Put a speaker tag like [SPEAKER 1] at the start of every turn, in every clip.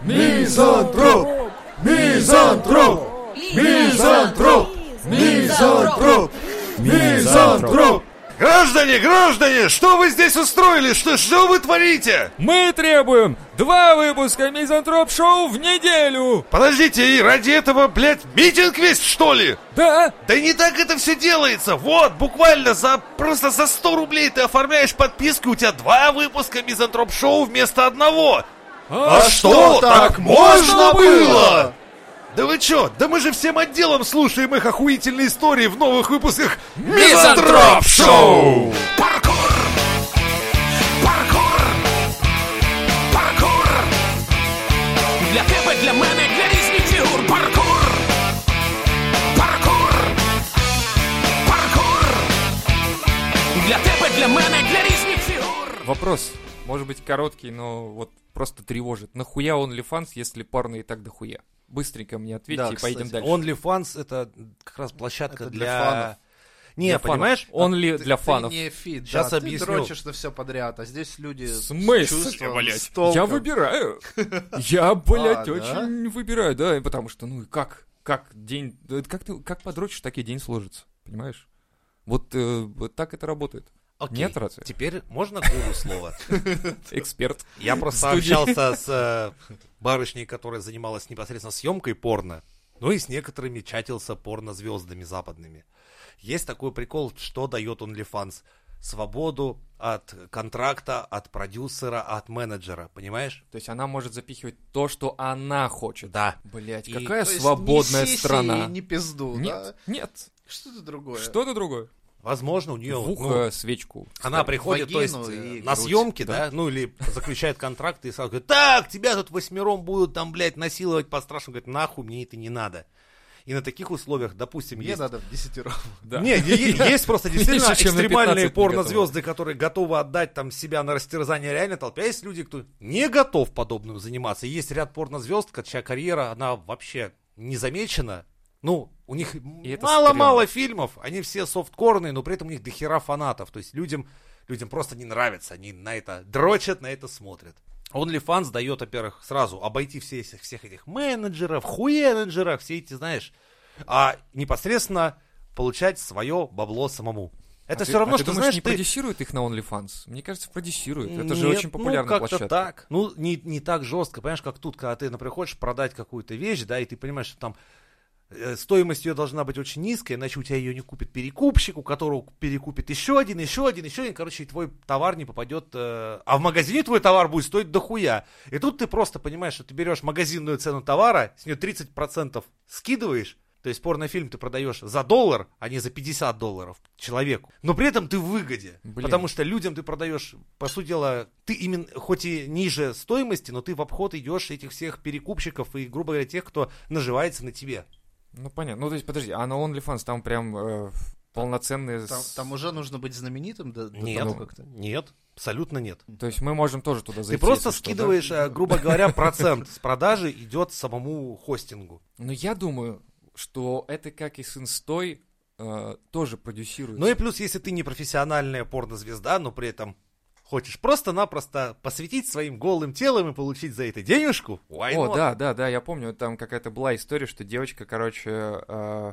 [SPEAKER 1] Мизантроп! Мизантроп! Мизантроп! Мизантроп! Мизантроп!
[SPEAKER 2] Граждане, граждане, что вы здесь устроили? Что, что вы творите?
[SPEAKER 3] Мы требуем два выпуска Мизантроп Шоу в неделю!
[SPEAKER 2] Подождите, и ради этого, блядь, митинг весь, что ли?
[SPEAKER 3] Да?
[SPEAKER 2] Да не так это все делается. Вот, буквально за просто за 100 рублей ты оформляешь подписку, у тебя два выпуска Мизантроп Шоу вместо одного. А, что, так можно было? Да вы чё? Да мы же всем отделом слушаем их охуительные истории в новых выпусках Мизантроп Шоу!
[SPEAKER 4] Паркур! Паркур! Паркур! Для тебе, для мене, для різних фігур. Паркур! Паркур! Паркур! Для тебе, для мене, для різних фігур.
[SPEAKER 3] Вопрос, может быть, короткий, но вот просто тревожит. Нахуя OnlyFans, если порно и так дохуя? Быстренько мне ответьте и поедем дальше.
[SPEAKER 5] OnlyFans это как раз площадка
[SPEAKER 1] Это для
[SPEAKER 5] для...
[SPEAKER 1] фанов.
[SPEAKER 5] Не,
[SPEAKER 3] Для фанов.
[SPEAKER 5] понимаешь?
[SPEAKER 3] Only
[SPEAKER 1] Ты-
[SPEAKER 3] для
[SPEAKER 1] ты
[SPEAKER 3] фанов.
[SPEAKER 1] не фит, да,
[SPEAKER 5] Щас
[SPEAKER 1] ты
[SPEAKER 5] объясню.
[SPEAKER 1] дрочишь на все подряд, а здесь люди
[SPEAKER 3] В
[SPEAKER 1] с
[SPEAKER 3] смысле,
[SPEAKER 1] чувством,
[SPEAKER 3] блядь?
[SPEAKER 1] с толком.
[SPEAKER 3] Я выбираю. Я,
[SPEAKER 5] А,
[SPEAKER 3] блядь,
[SPEAKER 1] да?
[SPEAKER 3] очень выбираю, да, и потому что, ну, и как? Как день... да это Как ты как подрочишь, так и день сложится, понимаешь? Вот, э, вот так это работает.
[SPEAKER 5] А, Окей.
[SPEAKER 3] Нет, разве?
[SPEAKER 5] Теперь можно гуру слово?
[SPEAKER 3] Эксперт.
[SPEAKER 5] Я просто
[SPEAKER 3] В студии.
[SPEAKER 5] общался с э, барышней, которая занималась непосредственно съемкой порно, ну и с некоторыми чатился порно-звездами западными. Есть такой прикол, что дает OnlyFans. Свободу от контракта, от продюсера, от менеджера, понимаешь?
[SPEAKER 3] То есть она может запихивать то, что она хочет.
[SPEAKER 5] Да.
[SPEAKER 3] Блять,
[SPEAKER 5] И-
[SPEAKER 3] какая
[SPEAKER 1] То есть
[SPEAKER 3] свободная
[SPEAKER 1] ни сиси,
[SPEAKER 3] страна.
[SPEAKER 1] ни пизду, да?
[SPEAKER 3] Нет, нет.
[SPEAKER 1] Что-то другое.
[SPEAKER 3] Что-то другое.
[SPEAKER 5] Возможно, у ну, нее...
[SPEAKER 3] В ухо свечку.
[SPEAKER 5] Она приходит, то есть,
[SPEAKER 1] вагину
[SPEAKER 5] э,
[SPEAKER 1] и
[SPEAKER 5] на
[SPEAKER 1] грудь,
[SPEAKER 5] съемки, да. ну или заключает контракт и сразу говорит, так, тебя тут восьмером будут там, блядь, насиловать по-страшному. Говорит, нахуй мне это не надо. И на таких условиях, допустим,
[SPEAKER 1] Мне
[SPEAKER 5] есть...
[SPEAKER 1] надо в десятером.
[SPEAKER 3] Да.
[SPEAKER 5] Не, е- е- есть просто действительно
[SPEAKER 3] Меньше, чем на 15
[SPEAKER 5] экстремальные
[SPEAKER 3] не
[SPEAKER 5] порнозвезды, которые готовы отдать там себя на растерзание реально толпе. А есть люди, кто не готов подобным заниматься. И есть ряд порнозвезд, ко- чья карьера, она вообще не замечена. Ну, у них
[SPEAKER 3] это
[SPEAKER 5] мало-мало фильмов, они все софткорные, но при этом у них дохера фанатов. То есть людям, людям просто не нравится, они на это дрочат, на это смотрят. OnlyFans дает, во-первых, сразу обойти все, эти- всех этих менеджеров, хуенеджеров, все эти, знаешь, а непосредственно получать свое бабло самому.
[SPEAKER 3] А
[SPEAKER 5] Это все
[SPEAKER 3] ты-
[SPEAKER 5] равно,
[SPEAKER 3] а ты
[SPEAKER 5] что,
[SPEAKER 3] думаешь,
[SPEAKER 5] знаешь,
[SPEAKER 3] не
[SPEAKER 5] ты...
[SPEAKER 3] продюсируют их на OnlyFans? Мне кажется, продюсируют. Это же
[SPEAKER 5] Нет,
[SPEAKER 3] очень популярная
[SPEAKER 5] ну, как-то
[SPEAKER 3] площадка.
[SPEAKER 5] так. Ну, не, не так жестко, понимаешь, как тут, когда ты, например, хочешь продать какую-то вещь, да, и ты понимаешь, что там э, стоимость ее должна быть очень низкая, иначе у тебя ее не купит перекупщик, у которого перекупит еще один, еще один, еще один, короче, и твой товар не попадет, э, а в магазине твой товар будет стоить дохуя. И тут ты просто понимаешь, что ты берешь магазинную цену товара, с нее 30% скидываешь, то есть порнофильм ты продаешь за доллар, а не за 50 долларов человеку. Но при этом ты в выгоде.
[SPEAKER 3] Блин.
[SPEAKER 5] Потому что людям ты продаешь, по сути дела, ты именно, хоть и ниже стоимости, но ты в обход идешь этих всех перекупщиков и, грубо говоря, тех, кто наживается на тебе.
[SPEAKER 3] Ну, понятно. Ну, то есть, подожди, а на OnlyFans там прям э, полноценные...
[SPEAKER 1] Там,
[SPEAKER 3] с-
[SPEAKER 1] там уже нужно быть знаменитым до, до
[SPEAKER 5] Нет,
[SPEAKER 1] того, как ты...
[SPEAKER 5] нет, абсолютно нет.
[SPEAKER 3] То есть мы можем тоже туда зайти.
[SPEAKER 5] ты просто
[SPEAKER 3] если что, да?
[SPEAKER 5] скидываешь, э, грубо говоря, процент с продажи идет самому хостингу.
[SPEAKER 3] Но я думаю, что это как и с инстой э, тоже продюсируется.
[SPEAKER 5] Ну и плюс, если ты не профессиональная порнозвезда, но при этом хочешь просто-напросто посвятить своим голым телом и получить за это денежку, why
[SPEAKER 3] О,
[SPEAKER 5] not?
[SPEAKER 3] да, да, да, я помню, там какая-то была история, что девочка, короче, э,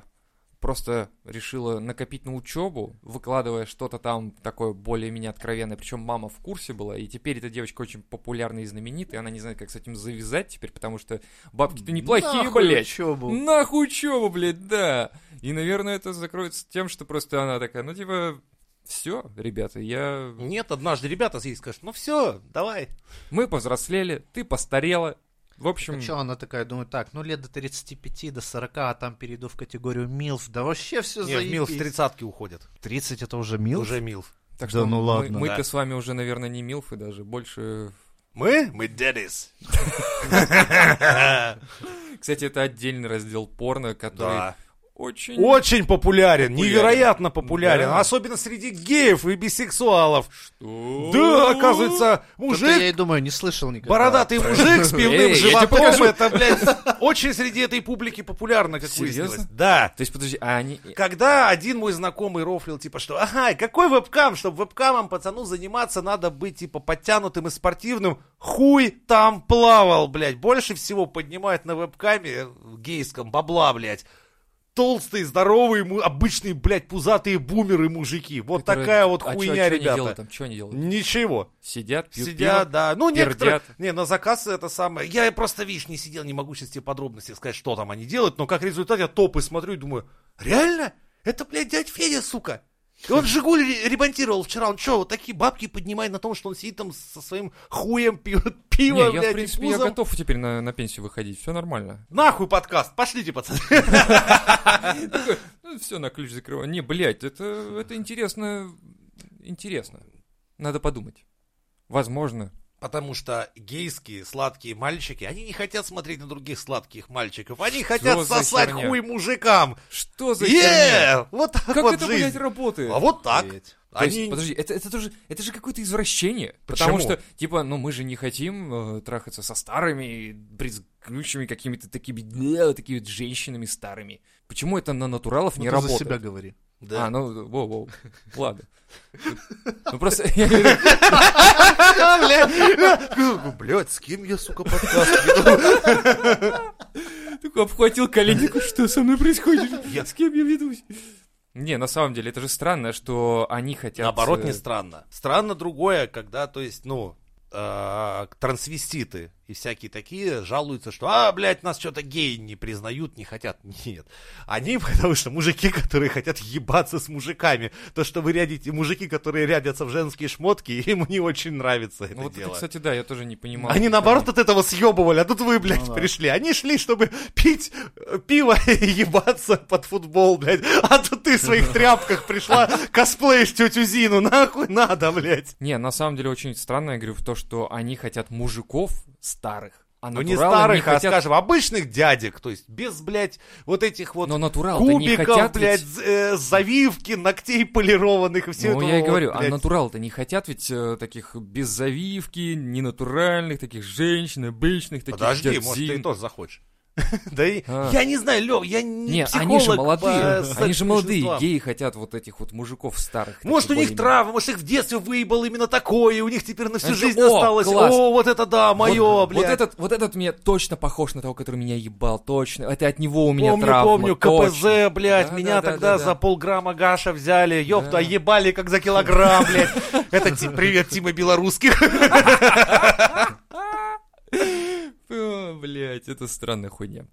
[SPEAKER 3] просто решила накопить на учебу, выкладывая что-то там такое более-менее откровенное. Причем мама в курсе была, и теперь эта девочка очень популярная и знаменитая, она не знает, как с этим завязать теперь, потому что бабки-то неплохие,
[SPEAKER 1] Нахуй
[SPEAKER 3] блядь.
[SPEAKER 1] учёбу.
[SPEAKER 3] Нахуй учебу, блядь, да. И, наверное, это закроется тем, что просто она такая, ну, типа, все, ребята, я...
[SPEAKER 5] Нет, однажды ребята здесь скажут, ну все, давай.
[SPEAKER 3] Мы повзрослели, ты постарела. В общем,
[SPEAKER 1] А чё она такая, думаю, так, ну лет до 35, до 40, а там перейду в категорию МИЛФ, да вообще все
[SPEAKER 5] Не, в Милф тридцатки уходят.
[SPEAKER 1] 30 это уже МИЛФ?
[SPEAKER 5] Уже Милф.
[SPEAKER 3] так
[SPEAKER 1] Да
[SPEAKER 3] что
[SPEAKER 1] ну
[SPEAKER 3] мы-
[SPEAKER 1] ладно,
[SPEAKER 3] мы-то
[SPEAKER 5] да.
[SPEAKER 3] с вами уже, наверное, не милфы даже, больше...
[SPEAKER 5] Мы? Мы дедис.
[SPEAKER 3] Кстати, это отдельный раздел порно, который
[SPEAKER 5] Да.
[SPEAKER 3] очень...
[SPEAKER 5] Очень популярен, невероятно популярен,
[SPEAKER 3] Да.
[SPEAKER 5] особенно среди геев и бисексуалов.
[SPEAKER 3] Что?
[SPEAKER 5] это, оказывается,
[SPEAKER 1] Что-то я
[SPEAKER 5] мужик,
[SPEAKER 1] и думаю, не слышал никогда.
[SPEAKER 5] бородатый мужик с
[SPEAKER 3] Эй,
[SPEAKER 5] пивным
[SPEAKER 3] я тебе
[SPEAKER 5] животом.
[SPEAKER 3] покажу.
[SPEAKER 5] Это, блядь, очень среди этой публики популярно, как
[SPEAKER 3] Серьезно?
[SPEAKER 5] выяснилось. Да.
[SPEAKER 3] То есть, подожди, а они...
[SPEAKER 5] Когда один мой знакомый рофлил, типа, что, ага, и какой вебкам, чтобы вебкамом пацану заниматься, надо быть, типа, подтянутым и спортивным, хуй там плавал, блядь. Больше всего поднимают на вебкаме э, гейском бабла, блядь. Толстые, здоровые, му- обычные, блядь, пузатые бумеры мужики. Вот
[SPEAKER 3] которые-
[SPEAKER 5] такая вот
[SPEAKER 3] а чё-
[SPEAKER 5] хуйня,
[SPEAKER 3] чё они
[SPEAKER 5] ребята.
[SPEAKER 3] делают там? Чё они делают?
[SPEAKER 5] Ничего.
[SPEAKER 3] Сидят, пьют
[SPEAKER 5] Сидят,
[SPEAKER 3] пиво?
[SPEAKER 5] да. Ну, некоторые...
[SPEAKER 3] пердят.
[SPEAKER 5] Не, на заказ это самое. Я просто, видишь, не сидел, не могу сейчас тебе подробности сказать, что там они делают, но как результат я топы смотрю и думаю, реально? Это, блядь, дядь Федя, сука. И он Жигуль ре- ремонтировал вчера, он что, вот такие бабки поднимает на том, что он сидит там со своим хуем пьет
[SPEAKER 3] Не,
[SPEAKER 5] пиво,
[SPEAKER 3] я,
[SPEAKER 5] блядь,
[SPEAKER 3] в принципе,
[SPEAKER 5] и
[SPEAKER 3] я
[SPEAKER 5] пузом.
[SPEAKER 3] готов теперь на, на пенсию выходить, все нормально.
[SPEAKER 5] Нахуй подкаст, типа, пошлите, пацаны.
[SPEAKER 3] все Ну, на ключ закрываю. Не, блядь, это, это интересно, интересно. Надо подумать. Возможно.
[SPEAKER 5] Потому что гейские сладкие мальчики, они не хотят смотреть на других сладких мальчиков, они хотят
[SPEAKER 3] за
[SPEAKER 5] сосать
[SPEAKER 3] херня?
[SPEAKER 5] хуй мужикам.
[SPEAKER 3] Что за херня?
[SPEAKER 5] Е, вот так
[SPEAKER 3] Как
[SPEAKER 5] вот
[SPEAKER 3] это,
[SPEAKER 5] жизнь.
[SPEAKER 3] блядь, работает?
[SPEAKER 5] А вот так.
[SPEAKER 3] То есть,
[SPEAKER 5] Они-
[SPEAKER 3] подожди, это, это тоже, это же какое-то извращение.
[SPEAKER 5] Почему?
[SPEAKER 3] Потому что, типа, ну мы же не хотим э, трахаться со старыми, брезгучими какими-то такими, э, такими вот женщинами старыми. Почему это на натуралов
[SPEAKER 1] Ну,
[SPEAKER 3] не
[SPEAKER 1] ты за
[SPEAKER 3] работает?
[SPEAKER 1] себя говори.
[SPEAKER 5] Да.
[SPEAKER 3] А, ну, воу, воу, ладно. Ну просто, я говорю,
[SPEAKER 5] ну Блять, с кем я, сука, подкаст?
[SPEAKER 3] такой обхватил колени, такой, что со мной происходит?
[SPEAKER 5] Я-
[SPEAKER 3] С кем я ведусь? Не, на самом деле, это же странно, что они хотят...
[SPEAKER 5] Наоборот,
[SPEAKER 3] э,
[SPEAKER 5] не странно. Странно другое, когда, то есть, ну, э, трансвеститы и всякие такие жалуются, что, а, блядь, нас что-то геи не признают, не хотят. Нет. Они, потому что мужики, которые хотят ебаться с мужиками, то, что вы рядите, мужики, которые рядятся в женские шмотки, им не очень нравится это
[SPEAKER 3] Ну вот это,
[SPEAKER 5] дело.
[SPEAKER 3] кстати, да, я тоже не понимал.
[SPEAKER 5] Они наоборот от этого съебывали, а тут вы, блядь,
[SPEAKER 1] Ну да.
[SPEAKER 5] пришли. Они шли, чтобы пить э, пиво и ебаться под футбол, блядь. А тут ты в своих тряпках пришла, косплеишь тетю Зину. Нахуй надо, блядь.
[SPEAKER 3] Не, на самом деле очень странно, я говорю, в то, что они хотят мужиков старых, а
[SPEAKER 5] Ну не
[SPEAKER 3] натуралы
[SPEAKER 5] старых, а,
[SPEAKER 3] хотят...
[SPEAKER 5] скажем, обычных дядек. То есть без, блядь, вот этих вот
[SPEAKER 3] Но натурал не
[SPEAKER 5] кубиков,
[SPEAKER 3] ну, хотят
[SPEAKER 5] блядь,
[SPEAKER 3] ведь.
[SPEAKER 5] з- э, завивки, ногтей полированных и все
[SPEAKER 3] ну,
[SPEAKER 5] это.
[SPEAKER 3] я и
[SPEAKER 5] вот,
[SPEAKER 3] говорю, а
[SPEAKER 5] блядь.
[SPEAKER 3] натурал-то не хотят ведь э, таких без завивки, ненатуральных, таких женщин, обычных, таких
[SPEAKER 5] Подожди,
[SPEAKER 3] дядь
[SPEAKER 5] может, ты
[SPEAKER 3] Зин.
[SPEAKER 5] тоже захочешь. Да и...
[SPEAKER 3] А.
[SPEAKER 5] Я не знаю, Лёв, я не
[SPEAKER 3] Не, они
[SPEAKER 5] психолог э,
[SPEAKER 3] же
[SPEAKER 5] по
[SPEAKER 3] молодые, они же молодые,
[SPEAKER 5] сексуальным
[SPEAKER 3] геи хотят вот этих вот мужиков старых.
[SPEAKER 5] Может, у
[SPEAKER 3] таких более-менее.
[SPEAKER 5] них травма, может, их в детстве выебал именно такое, и у них теперь на всю
[SPEAKER 3] Они же,
[SPEAKER 5] жизнь
[SPEAKER 3] «О,
[SPEAKER 5] осталось.
[SPEAKER 3] класс!
[SPEAKER 5] О, вот это да,
[SPEAKER 3] Вот-
[SPEAKER 5] мое,
[SPEAKER 3] вот,
[SPEAKER 5] блядь.
[SPEAKER 3] этот, вот этот мне точно похож на того, который меня ебал, точно. Это от него у меня
[SPEAKER 5] помню,
[SPEAKER 3] травма.
[SPEAKER 5] помню, КПЗ,
[SPEAKER 3] точно.
[SPEAKER 5] блядь,
[SPEAKER 3] Да,
[SPEAKER 5] меня
[SPEAKER 3] да, да,
[SPEAKER 5] тогда
[SPEAKER 3] да,
[SPEAKER 5] за
[SPEAKER 3] да.
[SPEAKER 5] полграмма гаша взяли, ёпта,
[SPEAKER 3] Да.
[SPEAKER 5] ебали как за килограмм, блядь. Это Ти- привет, Тима Белорусских.
[SPEAKER 3] О, блядь, это странная хуйня.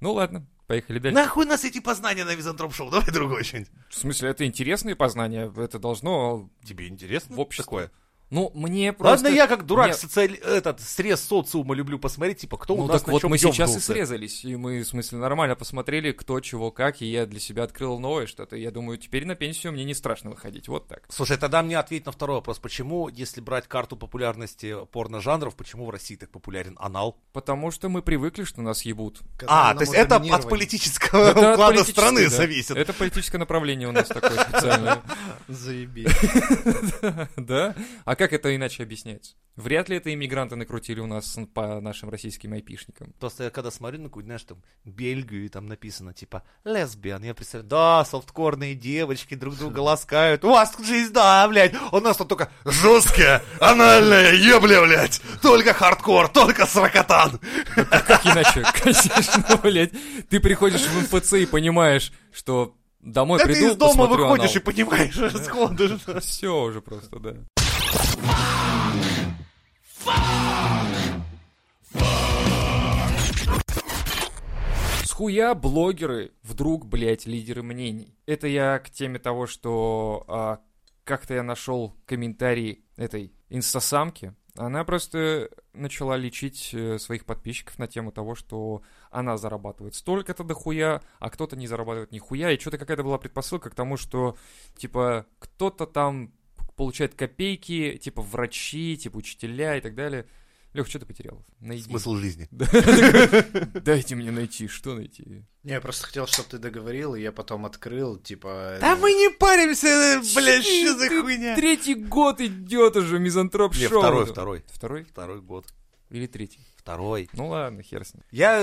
[SPEAKER 3] Ну ладно, поехали дальше.
[SPEAKER 5] Нахуй нас эти познания на Византроп Шоу, давай другое что-нибудь.
[SPEAKER 3] В смысле, это интересные познания, это должно...
[SPEAKER 5] Тебе интересно
[SPEAKER 3] В обществе.
[SPEAKER 5] такое?
[SPEAKER 3] Ну, мне просто...
[SPEAKER 5] Ладно, я как дурак
[SPEAKER 3] Мне-
[SPEAKER 5] социали- этот срез социума люблю посмотреть, типа, кто у
[SPEAKER 3] Ну
[SPEAKER 5] нас
[SPEAKER 3] так
[SPEAKER 5] на
[SPEAKER 3] вот
[SPEAKER 5] чём
[SPEAKER 3] мы сейчас и
[SPEAKER 5] ёбнулся.
[SPEAKER 3] срезались, и мы, в смысле, нормально посмотрели, кто, чего, как, и я для себя открыл новое что-то. Я думаю, теперь на пенсию мне не страшно выходить, вот так.
[SPEAKER 5] Слушай, тогда мне ответь на второй вопрос. Почему, если брать карту популярности порно-жанров, почему в России так популярен анал?
[SPEAKER 3] Потому что мы привыкли, что нас ебут.
[SPEAKER 5] А, то есть это от
[SPEAKER 1] Номинирование.
[SPEAKER 3] Это
[SPEAKER 5] политического
[SPEAKER 3] от
[SPEAKER 5] уклада
[SPEAKER 3] политической,
[SPEAKER 5] страны
[SPEAKER 3] да.
[SPEAKER 5] зависит.
[SPEAKER 3] Это политическое направление у нас такое специальное.
[SPEAKER 1] Заебись.
[SPEAKER 3] Да? А как это иначе объясняется? Вряд ли это иммигранты накрутили у нас по нашим российским айпишникам.
[SPEAKER 5] Просто я когда смотрю на какую-нибудь, знаешь, там, Бельгию, и там написано, типа, лесбиян, я представляю, да, софткорные девочки друг друга ласкают, у вас тут жизнь, да, блядь, у нас тут только жесткая, анальная ебля, блядь, только хардкор, только сракотан.
[SPEAKER 3] Как иначе? Конечно, блядь. Ты приходишь в МФЦ и понимаешь, что домой
[SPEAKER 5] Да
[SPEAKER 3] приду,
[SPEAKER 5] ты из дома
[SPEAKER 3] посмотрю
[SPEAKER 5] выходишь и
[SPEAKER 3] анал.
[SPEAKER 5] понимаешь сходу, что-
[SPEAKER 3] Все уже просто, да. Схуя блогеры вдруг, блядь, лидеры мнений. Это я к теме того, что а, как-то я нашел комментарий этой инстасамки. Она просто начала лечить э, своих подписчиков на тему того, что она зарабатывает столько-то дохуя, а кто-то не зарабатывает нихуя. И что-то какая-то была предпосылка к тому, что типа кто-то там получает копейки, типа врачи, типа учителя и так далее. Лех, что ты потерял? Найди.
[SPEAKER 5] Смысл жизни.
[SPEAKER 3] Дайте мне найти, что найти?
[SPEAKER 6] Не, я просто хотел, чтобы ты договорил, и я потом открыл, типа...
[SPEAKER 1] Да
[SPEAKER 6] ну,
[SPEAKER 1] мы не паримся, э, блядь, что за
[SPEAKER 3] Ты
[SPEAKER 1] хуйня?
[SPEAKER 3] Третий год идет уже мизантроп
[SPEAKER 5] Не,
[SPEAKER 3] шоу.
[SPEAKER 5] второй, второй.
[SPEAKER 3] Второй
[SPEAKER 5] Второй год.
[SPEAKER 3] или третий?
[SPEAKER 5] Второй.
[SPEAKER 3] Ну ладно, хер с ним.
[SPEAKER 5] Я,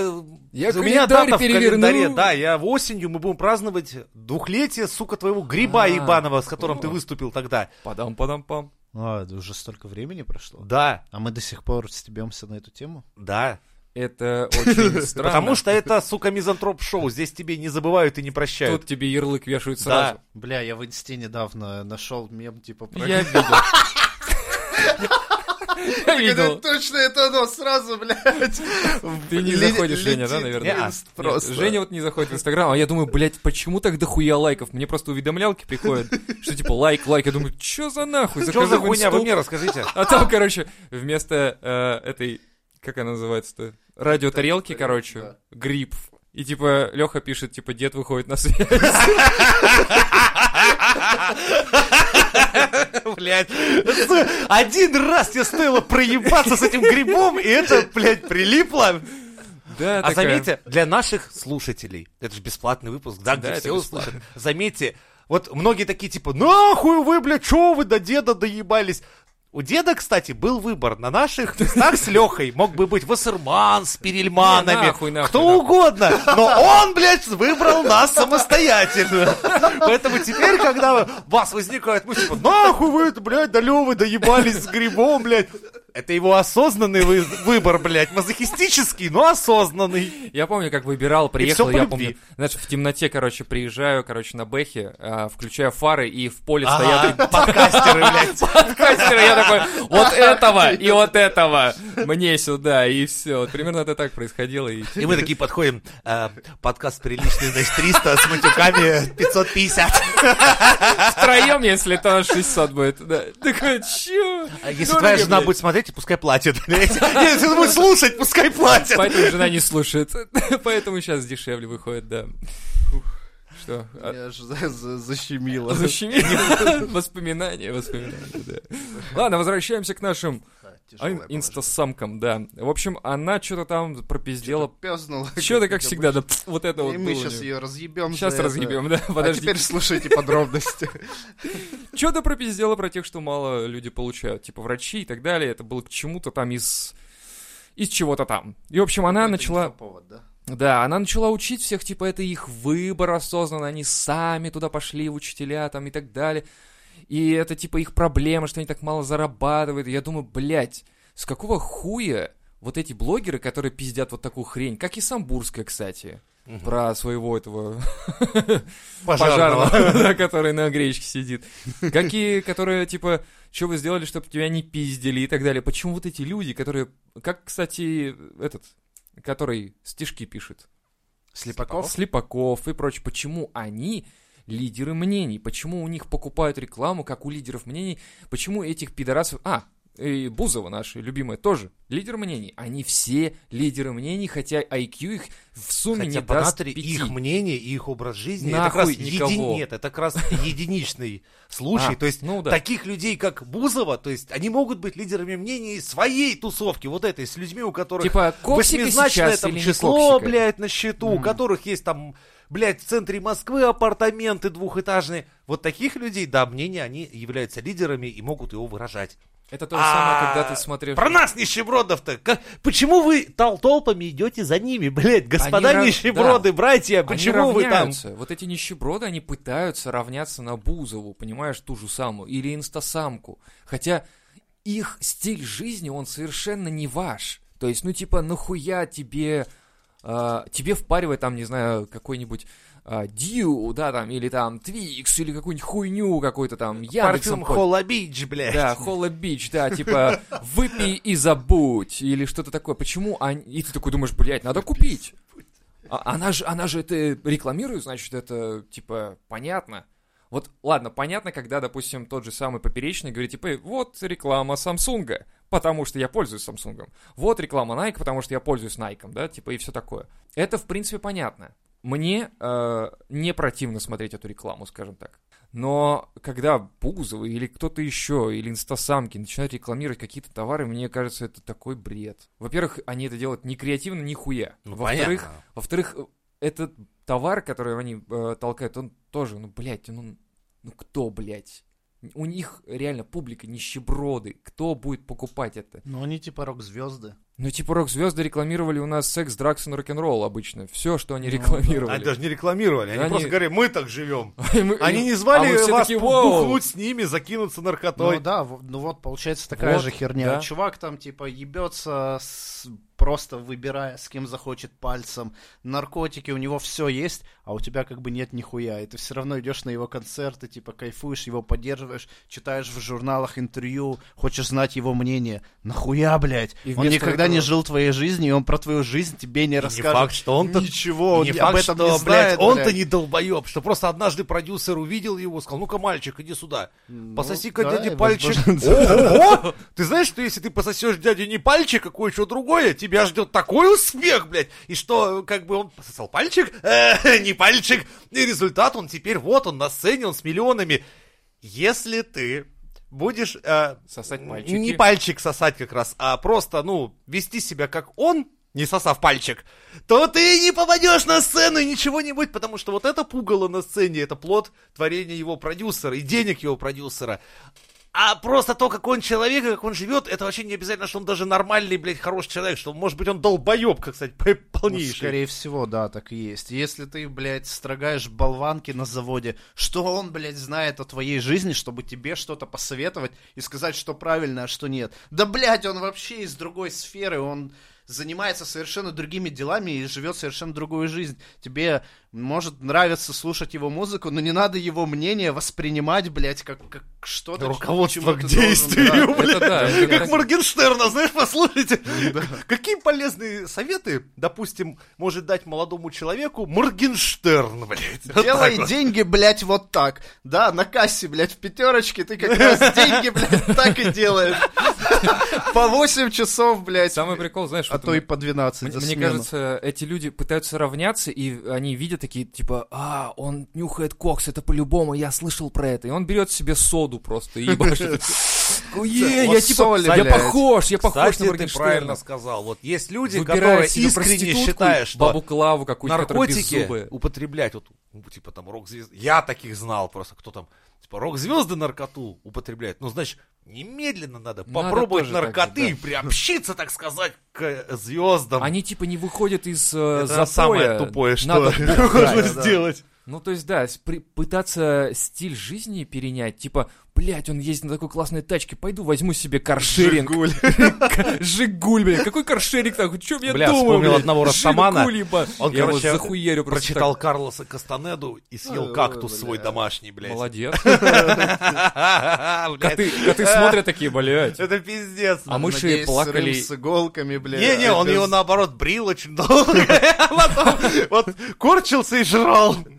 [SPEAKER 3] Я
[SPEAKER 5] у
[SPEAKER 3] календарь
[SPEAKER 5] меня дата в
[SPEAKER 3] переверну.
[SPEAKER 5] календаре, да, я в осенью мы будем праздновать двухлетие, сука, твоего гриба
[SPEAKER 3] А,
[SPEAKER 5] ебаного, с которым
[SPEAKER 3] вот.
[SPEAKER 5] ты выступил тогда.
[SPEAKER 3] Падам-падам-пам.
[SPEAKER 1] А, да уже столько времени прошло.
[SPEAKER 5] Да,
[SPEAKER 1] А мы до сих пор стебемся на эту тему?
[SPEAKER 5] да.
[SPEAKER 3] Это очень странно.
[SPEAKER 5] Потому что это, сука, мизантроп-шоу, здесь тебе не забывают и не прощают.
[SPEAKER 3] Тут тебе ярлык вешают
[SPEAKER 5] Да.
[SPEAKER 3] сразу.
[SPEAKER 1] Бля, я в инсте недавно нашел мем, типа, про...
[SPEAKER 3] Я видел. Я видел.
[SPEAKER 1] Точно это оно сразу, блядь.
[SPEAKER 3] Ты не
[SPEAKER 1] Ле-
[SPEAKER 3] заходишь, Женя, да,
[SPEAKER 1] летит
[SPEAKER 3] наверное?
[SPEAKER 1] инст
[SPEAKER 3] Нет,
[SPEAKER 1] просто.
[SPEAKER 3] Женя вот не заходит в Инстаграм, а я думаю, блядь, почему так дохуя лайков? Мне просто уведомлялки приходят, что типа лайк, лайк. Я думаю, чё за нахуй?
[SPEAKER 5] Что
[SPEAKER 3] Захожу
[SPEAKER 5] за
[SPEAKER 3] в
[SPEAKER 5] хуйня, вы
[SPEAKER 3] Инсту,
[SPEAKER 5] мне расскажите.
[SPEAKER 3] А там, короче, вместо э, этой, как она называется-то, радиотарелки, короче, гриб. И типа Леха пишет, типа, дед выходит на связь.
[SPEAKER 5] Блядь. Один раз тебе стоило проебаться с этим грибом, и это, блядь, прилипло.
[SPEAKER 3] Да,
[SPEAKER 5] А
[SPEAKER 3] такая.
[SPEAKER 5] заметьте, для наших слушателей, это же бесплатный выпуск, да, где
[SPEAKER 3] Да, это
[SPEAKER 5] все услышат. Заметьте, вот многие такие типа, нахуй вы, бля, чё вы до деда доебались? У деда, кстати, был выбор на наших местах с Лехой. Мог бы быть Вассерман с Перельманами,
[SPEAKER 3] Не, нахуй, нахуй,
[SPEAKER 5] кто
[SPEAKER 3] нахуй.
[SPEAKER 5] угодно. Но он, блядь, выбрал нас самостоятельно. Поэтому теперь, когда у вас возникает мысль, типа, нахуй вы, блядь, до Лёвы доебались с грибом, блядь. Это его осознанный вы- выбор, блядь, мазохистический, но осознанный.
[SPEAKER 3] Я помню, как выбирал, приехал,
[SPEAKER 5] всё по
[SPEAKER 3] я
[SPEAKER 5] любви.
[SPEAKER 3] помню, знаешь, в темноте, короче, приезжаю, короче, на Бэхе, а, включаю фары, и в поле
[SPEAKER 5] Ага,
[SPEAKER 3] стоят
[SPEAKER 5] подкастеры, блядь.
[SPEAKER 3] подкастеры, я такой, вот этого и вот этого мне сюда, и все. Вот примерно это так происходило. И...
[SPEAKER 5] И мы такие подходим, э, подкаст приличный, значит, 300, с матюками 550.
[SPEAKER 3] Втроем, если то 600 будет. Да. Такой, чё?
[SPEAKER 5] А Если
[SPEAKER 3] Дорого,
[SPEAKER 5] твоя жена
[SPEAKER 3] блядь.
[SPEAKER 5] будет смотреть, пускай платит, блядь. Если она будет слушать, пускай платит.
[SPEAKER 3] Поэтому жена не слушает. Поэтому сейчас дешевле выходит, да. Что? А-
[SPEAKER 1] Меня аж за- за- защемило.
[SPEAKER 3] защемило? Воспоминания, воспоминания, да. Ладно, возвращаемся к нашим
[SPEAKER 1] Тяжелая
[SPEAKER 3] ин-
[SPEAKER 1] была
[SPEAKER 3] инстасамкам, да. В общем, она что-то там пропиздела.
[SPEAKER 1] штука. Пёзнула.
[SPEAKER 3] Что-то, как
[SPEAKER 1] обычно.
[SPEAKER 3] всегда, да, пф, вот это вот
[SPEAKER 1] И
[SPEAKER 3] было
[SPEAKER 1] мы
[SPEAKER 3] у
[SPEAKER 1] сейчас
[SPEAKER 3] неё.
[SPEAKER 1] ее разъебем.
[SPEAKER 3] Щас разъебем, да,
[SPEAKER 1] А
[SPEAKER 3] подожди.
[SPEAKER 1] теперь слушайте подробности.
[SPEAKER 3] Что-то пропиздела про тех, что мало люди получают, типа врачи и так далее. Это было к чему-то там из... Из чего-то там. И, в общем, она
[SPEAKER 1] Это не
[SPEAKER 3] начала...
[SPEAKER 1] инфоповод, да?
[SPEAKER 3] Да, она начала учить всех, типа, это их выбор осознанно, они сами туда пошли, в учителя там и так далее. И это, типа, их проблема, что они так мало зарабатывают. И я думаю, блядь, с какого хуя вот эти блогеры, которые пиздят вот такую хрень, как и Самбурская, кстати, про своего этого пожарного, да, который на гречке сидит. Какие, которые, типа, что вы сделали, чтобы тебя не пиздили и так далее. Почему вот эти люди, которые, как, кстати, этот, который стишки пишет,
[SPEAKER 1] Слепаков?
[SPEAKER 3] Слепаков и прочее. Почему они лидеры мнений? Почему у них покупают рекламу, как у лидеров мнений? Почему этих пидорасов... А, и Бузова наша любимая тоже лидер мнений. Они все лидеры мнений, хотя IQ их в сумме
[SPEAKER 5] Хотя
[SPEAKER 3] не даст
[SPEAKER 5] понатри
[SPEAKER 3] пяти.
[SPEAKER 5] их мнение и их образ жизни, это как
[SPEAKER 3] Нахуй
[SPEAKER 5] раз еди-
[SPEAKER 3] никого.
[SPEAKER 5] нет, это как раз единичный случай.
[SPEAKER 3] А,
[SPEAKER 5] то есть
[SPEAKER 3] ну да.
[SPEAKER 5] таких людей, как Бузова, то есть они могут быть лидерами мнений своей тусовки, вот этой, с людьми, у которых
[SPEAKER 3] Типа, коксика
[SPEAKER 5] восьмизначное
[SPEAKER 3] сейчас
[SPEAKER 5] там
[SPEAKER 3] или не
[SPEAKER 5] число,
[SPEAKER 3] коксика?
[SPEAKER 5] блядь, на счету, у которых есть там, блядь, в центре Москвы апартаменты двухэтажные. Вот таких людей, да, мнения, они являются лидерами и могут его выражать.
[SPEAKER 3] Это то же самое,
[SPEAKER 5] А,
[SPEAKER 3] когда ты смотришь...
[SPEAKER 5] Про нас, нищебродов-то! Как- Почему вы тол- толпами идете за ними, блядь, господа
[SPEAKER 3] ра-
[SPEAKER 5] нищеброды, братья,
[SPEAKER 3] Они
[SPEAKER 5] почему вы там?
[SPEAKER 3] равняются. Вот эти нищеброды, они пытаются равняться на Бузову, понимаешь, ту же самую, или инстасамку. Хотя их стиль жизни, он совершенно не ваш. То есть, ну типа, нахуя тебе... э, тебе впаривает там, не знаю, какой-нибудь э, Дью, да, там, или там Твикс, или какую-нибудь хуйню какой-то там.
[SPEAKER 5] Парфюм
[SPEAKER 3] Яндексом ходит.
[SPEAKER 5] Холла Бич, блядь.
[SPEAKER 3] Да, Холла Бич, да, типа выпей и забудь, или что-то такое. Почему они... И ты такой думаешь, блядь, надо купить. А- она, же, она же это рекламирует, значит, это, типа, понятно. Вот, ладно, понятно, когда, допустим, тот же самый поперечный говорит, типа, вот реклама Самсунга, потому что я пользуюсь Самсунгом. Вот реклама Nike, потому что я пользуюсь Nike, да, типа, и все такое. Это, в принципе, понятно. Мне э, не противно смотреть эту рекламу, скажем так. Но когда Бузовы или кто-то еще, или инстасамки начинают рекламировать какие-то товары, мне кажется, это такой бред. Во-первых, они это делают не креативно, ни хуя.
[SPEAKER 5] Ну,
[SPEAKER 3] Во-вторых,
[SPEAKER 5] понятно.
[SPEAKER 3] во-вторых, э, этот товар, который они э, толкают, он тоже, ну, блядь, ну, ну кто, блядь? У них реально публика нищеброды. Кто будет покупать это?
[SPEAKER 1] Ну, они типа рок-звезды.
[SPEAKER 3] Ну, типа, рок-звезды рекламировали у нас секс, дракс и рок-н-ролл обычно. Все, что они
[SPEAKER 5] Они
[SPEAKER 1] Ну, да.
[SPEAKER 3] рекламировали.
[SPEAKER 5] даже не рекламировали, они,
[SPEAKER 3] Они-
[SPEAKER 5] просто говорили, мы так живем.
[SPEAKER 3] И мы-
[SPEAKER 5] Они не
[SPEAKER 3] а
[SPEAKER 5] звали
[SPEAKER 3] мы все
[SPEAKER 5] вас
[SPEAKER 3] такие, «Воу!»
[SPEAKER 5] бухнуть с ними, закинуться наркотой.
[SPEAKER 1] Ну да, в- ну вот получается такая
[SPEAKER 3] Вот,
[SPEAKER 1] же херня.
[SPEAKER 3] да.
[SPEAKER 1] Чувак там типа ебется, с- просто выбирая, с кем захочет пальцем. Наркотики, у него все есть, а у тебя как бы нет нихуя. И ты все равно идешь на его концерты, типа кайфуешь, его поддерживаешь, читаешь в журналах интервью, хочешь знать его мнение. Нахуя, блядь?
[SPEAKER 3] И
[SPEAKER 1] он
[SPEAKER 3] вместо
[SPEAKER 1] никогда не
[SPEAKER 3] этого-
[SPEAKER 1] жил твоей жизнью, и он про твою жизнь тебе не
[SPEAKER 5] не
[SPEAKER 1] расскажет.
[SPEAKER 5] факт, что он-то...
[SPEAKER 1] Ничего, он
[SPEAKER 5] не
[SPEAKER 1] об
[SPEAKER 5] факт,
[SPEAKER 1] этом
[SPEAKER 5] что,
[SPEAKER 1] не
[SPEAKER 5] блядь,
[SPEAKER 1] знает,
[SPEAKER 5] он-то
[SPEAKER 1] блядь.
[SPEAKER 5] не долбоеб, что просто однажды продюсер увидел его, сказал, ну-ка, мальчик, иди сюда, пососи-ка
[SPEAKER 1] да, и
[SPEAKER 5] дяде пальчик.
[SPEAKER 1] возможно,
[SPEAKER 5] Ого! Ты знаешь, что если ты пососешь дяде не пальчик, а кое-что другое, тебя ждет такой успех, блядь, и что, как бы он пососал пальчик, э, не пальчик, и результат он теперь, вот он на сцене, он с миллионами. Если ты будешь э,
[SPEAKER 3] Сосать пальчики.
[SPEAKER 5] не пальчик сосать как раз, а просто, ну, вести себя как он, не сосав пальчик, то ты не попадешь на сцену и ничего не будет, потому что вот это пугало на сцене, это плод творения его продюсера и денег его продюсера. А просто то, как он человек, и как он живет, это вообще не обязательно, что он даже нормальный, блядь, хороший человек, что, может быть, он долбоеб, как, кстати, по-
[SPEAKER 1] Ну,
[SPEAKER 5] полнейший.
[SPEAKER 1] скорее всего, да, так и есть. Если ты, блядь, строгаешь болванки на заводе, что он, блядь, знает о твоей жизни, чтобы тебе что-то посоветовать и сказать, что правильно, а что нет? Да, блядь, он вообще из другой сферы, он занимается совершенно другими делами и живет совершенно другую жизнь. Тебе может нравится слушать его музыку, но не надо его мнение воспринимать, блядь, как, как что-то...
[SPEAKER 5] Руководство
[SPEAKER 1] чему
[SPEAKER 5] к
[SPEAKER 1] ты должен,
[SPEAKER 5] действию,
[SPEAKER 1] да.
[SPEAKER 5] блядь.
[SPEAKER 3] Это да, это
[SPEAKER 5] Как
[SPEAKER 3] так.
[SPEAKER 5] Моргенштерна, знаешь, послушайте.
[SPEAKER 1] Да.
[SPEAKER 5] Какие полезные советы, допустим, может дать молодому человеку Моргенштерн, блядь? Вот так
[SPEAKER 1] Делай
[SPEAKER 5] вот.
[SPEAKER 1] деньги, блядь, вот так. Да, на кассе, блядь, в пятерочке ты как раз деньги, блядь, так и делаешь. По 8 часов, блядь,
[SPEAKER 3] Самый прикол, знаешь,
[SPEAKER 1] а
[SPEAKER 3] вот
[SPEAKER 1] то
[SPEAKER 3] у
[SPEAKER 1] и
[SPEAKER 3] меня-
[SPEAKER 1] по 12
[SPEAKER 3] Мне,
[SPEAKER 1] за
[SPEAKER 3] мне
[SPEAKER 1] смену.
[SPEAKER 3] кажется, эти люди пытаются равняться, и они видят такие, типа, а, он нюхает кокс, это по-любому, я слышал про это. И он берет себе соду просто и ебашит. Е, я
[SPEAKER 1] Вот
[SPEAKER 3] типа,
[SPEAKER 1] соль,
[SPEAKER 3] я
[SPEAKER 1] блядь.
[SPEAKER 3] похож, я похож на
[SPEAKER 5] Кстати, ты
[SPEAKER 3] Моргенштерна.
[SPEAKER 5] правильно сказал. Вот есть люди, которые
[SPEAKER 3] Выбирает себе
[SPEAKER 5] искренне
[SPEAKER 3] проститутку и
[SPEAKER 5] считают, что
[SPEAKER 3] бабу Клаву какую-то, которая
[SPEAKER 5] наркотики
[SPEAKER 3] беззубая.
[SPEAKER 5] употреблять, вот, ну, типа там рок-звезды, я таких знал просто, кто там, типа рок-звезды наркоту употребляют, ну, значит, немедленно надо,
[SPEAKER 3] Надо
[SPEAKER 5] попробовать
[SPEAKER 3] тоже так же,
[SPEAKER 5] наркоты
[SPEAKER 3] да.
[SPEAKER 5] и приобщиться, так сказать, к звездам.
[SPEAKER 3] Они типа не выходят из э,
[SPEAKER 5] Это
[SPEAKER 3] запоя.
[SPEAKER 5] самое тупое, что
[SPEAKER 3] Надо
[SPEAKER 5] можно сделать.
[SPEAKER 3] Ну, то есть, да, с- при- пытаться стиль жизни перенять, типа, блядь, он ездит на такой классной тачке, пойду возьму себе каршеринг. Жигуль. Жигуль, блядь, какой каршеринг там, чё я
[SPEAKER 5] Бля,
[SPEAKER 3] думаю,
[SPEAKER 5] вспомнил
[SPEAKER 3] блядь,
[SPEAKER 5] одного растамана.
[SPEAKER 3] Жигуль, еба.
[SPEAKER 5] Он,
[SPEAKER 3] Я его
[SPEAKER 5] короче,
[SPEAKER 3] захуярю просто
[SPEAKER 5] Прочитал Карлоса Кастанеду и съел
[SPEAKER 1] Ой,
[SPEAKER 5] кактус
[SPEAKER 1] бля.
[SPEAKER 5] свой домашний,
[SPEAKER 3] так.
[SPEAKER 5] блядь.
[SPEAKER 3] Молодец. А
[SPEAKER 5] Блядь.
[SPEAKER 3] Коты, коты смотрят такие, блядь.
[SPEAKER 5] Это пиздец.
[SPEAKER 3] А э, мыши
[SPEAKER 1] Надеюсь,
[SPEAKER 3] плакали.
[SPEAKER 1] сырым с иголками, блядь. а
[SPEAKER 5] Не-не, он
[SPEAKER 1] без-
[SPEAKER 5] его наоборот брил очень долго. Потом вот корчился и жрал.
[SPEAKER 3] Блядь,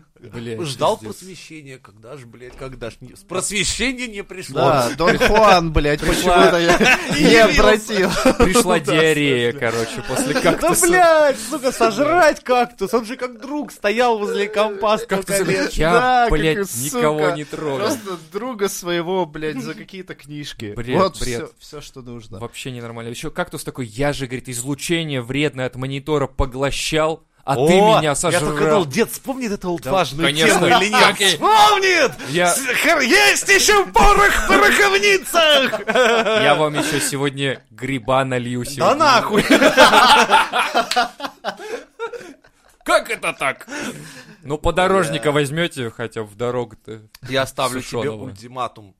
[SPEAKER 5] Э, Ждал
[SPEAKER 3] пиздец.
[SPEAKER 5] просвещения, когда ж, блядь, когда ж. не- Просвещение не пришло.
[SPEAKER 1] Да, Дон Хуан, блядь, почему-то я не обратил.
[SPEAKER 3] Пришла диарея, короче, после
[SPEAKER 5] Да,
[SPEAKER 3] кактуса.
[SPEAKER 5] блядь, сука, сожрать кактус. Он же как друг стоял возле компа
[SPEAKER 3] Кактус,
[SPEAKER 5] столько лет.
[SPEAKER 3] блядь, я,
[SPEAKER 1] Да, как
[SPEAKER 3] блядь,
[SPEAKER 1] и,
[SPEAKER 3] никого
[SPEAKER 1] сука.
[SPEAKER 3] не трогал.
[SPEAKER 1] Просто друга своего, блядь, за какие-то книжки.
[SPEAKER 3] Бред,
[SPEAKER 1] вот
[SPEAKER 3] бред.
[SPEAKER 1] Все, что нужно.
[SPEAKER 3] Вообще ненормально. Еще кактус такой, я же, говорит, излучение вредное от монитора поглощал, а
[SPEAKER 5] О,
[SPEAKER 3] ты меня
[SPEAKER 5] Я только думал,
[SPEAKER 3] сожрал.
[SPEAKER 5] дед вспомнит эту олдфажную
[SPEAKER 3] конечно.
[SPEAKER 5] тему или нет?
[SPEAKER 3] Как и-
[SPEAKER 5] Вспомнит!
[SPEAKER 3] Я,
[SPEAKER 5] С- хер- Есть еще порох в пороховницах!
[SPEAKER 3] я вам еще сегодня гриба налью
[SPEAKER 5] Да
[SPEAKER 3] сегодня.
[SPEAKER 5] нахуй!
[SPEAKER 3] Как это так? Ну, подорожника возьмете хотя бы в дорогу-то.
[SPEAKER 5] Я ставлю тебе
[SPEAKER 3] Сушеного.
[SPEAKER 5] ультиматум.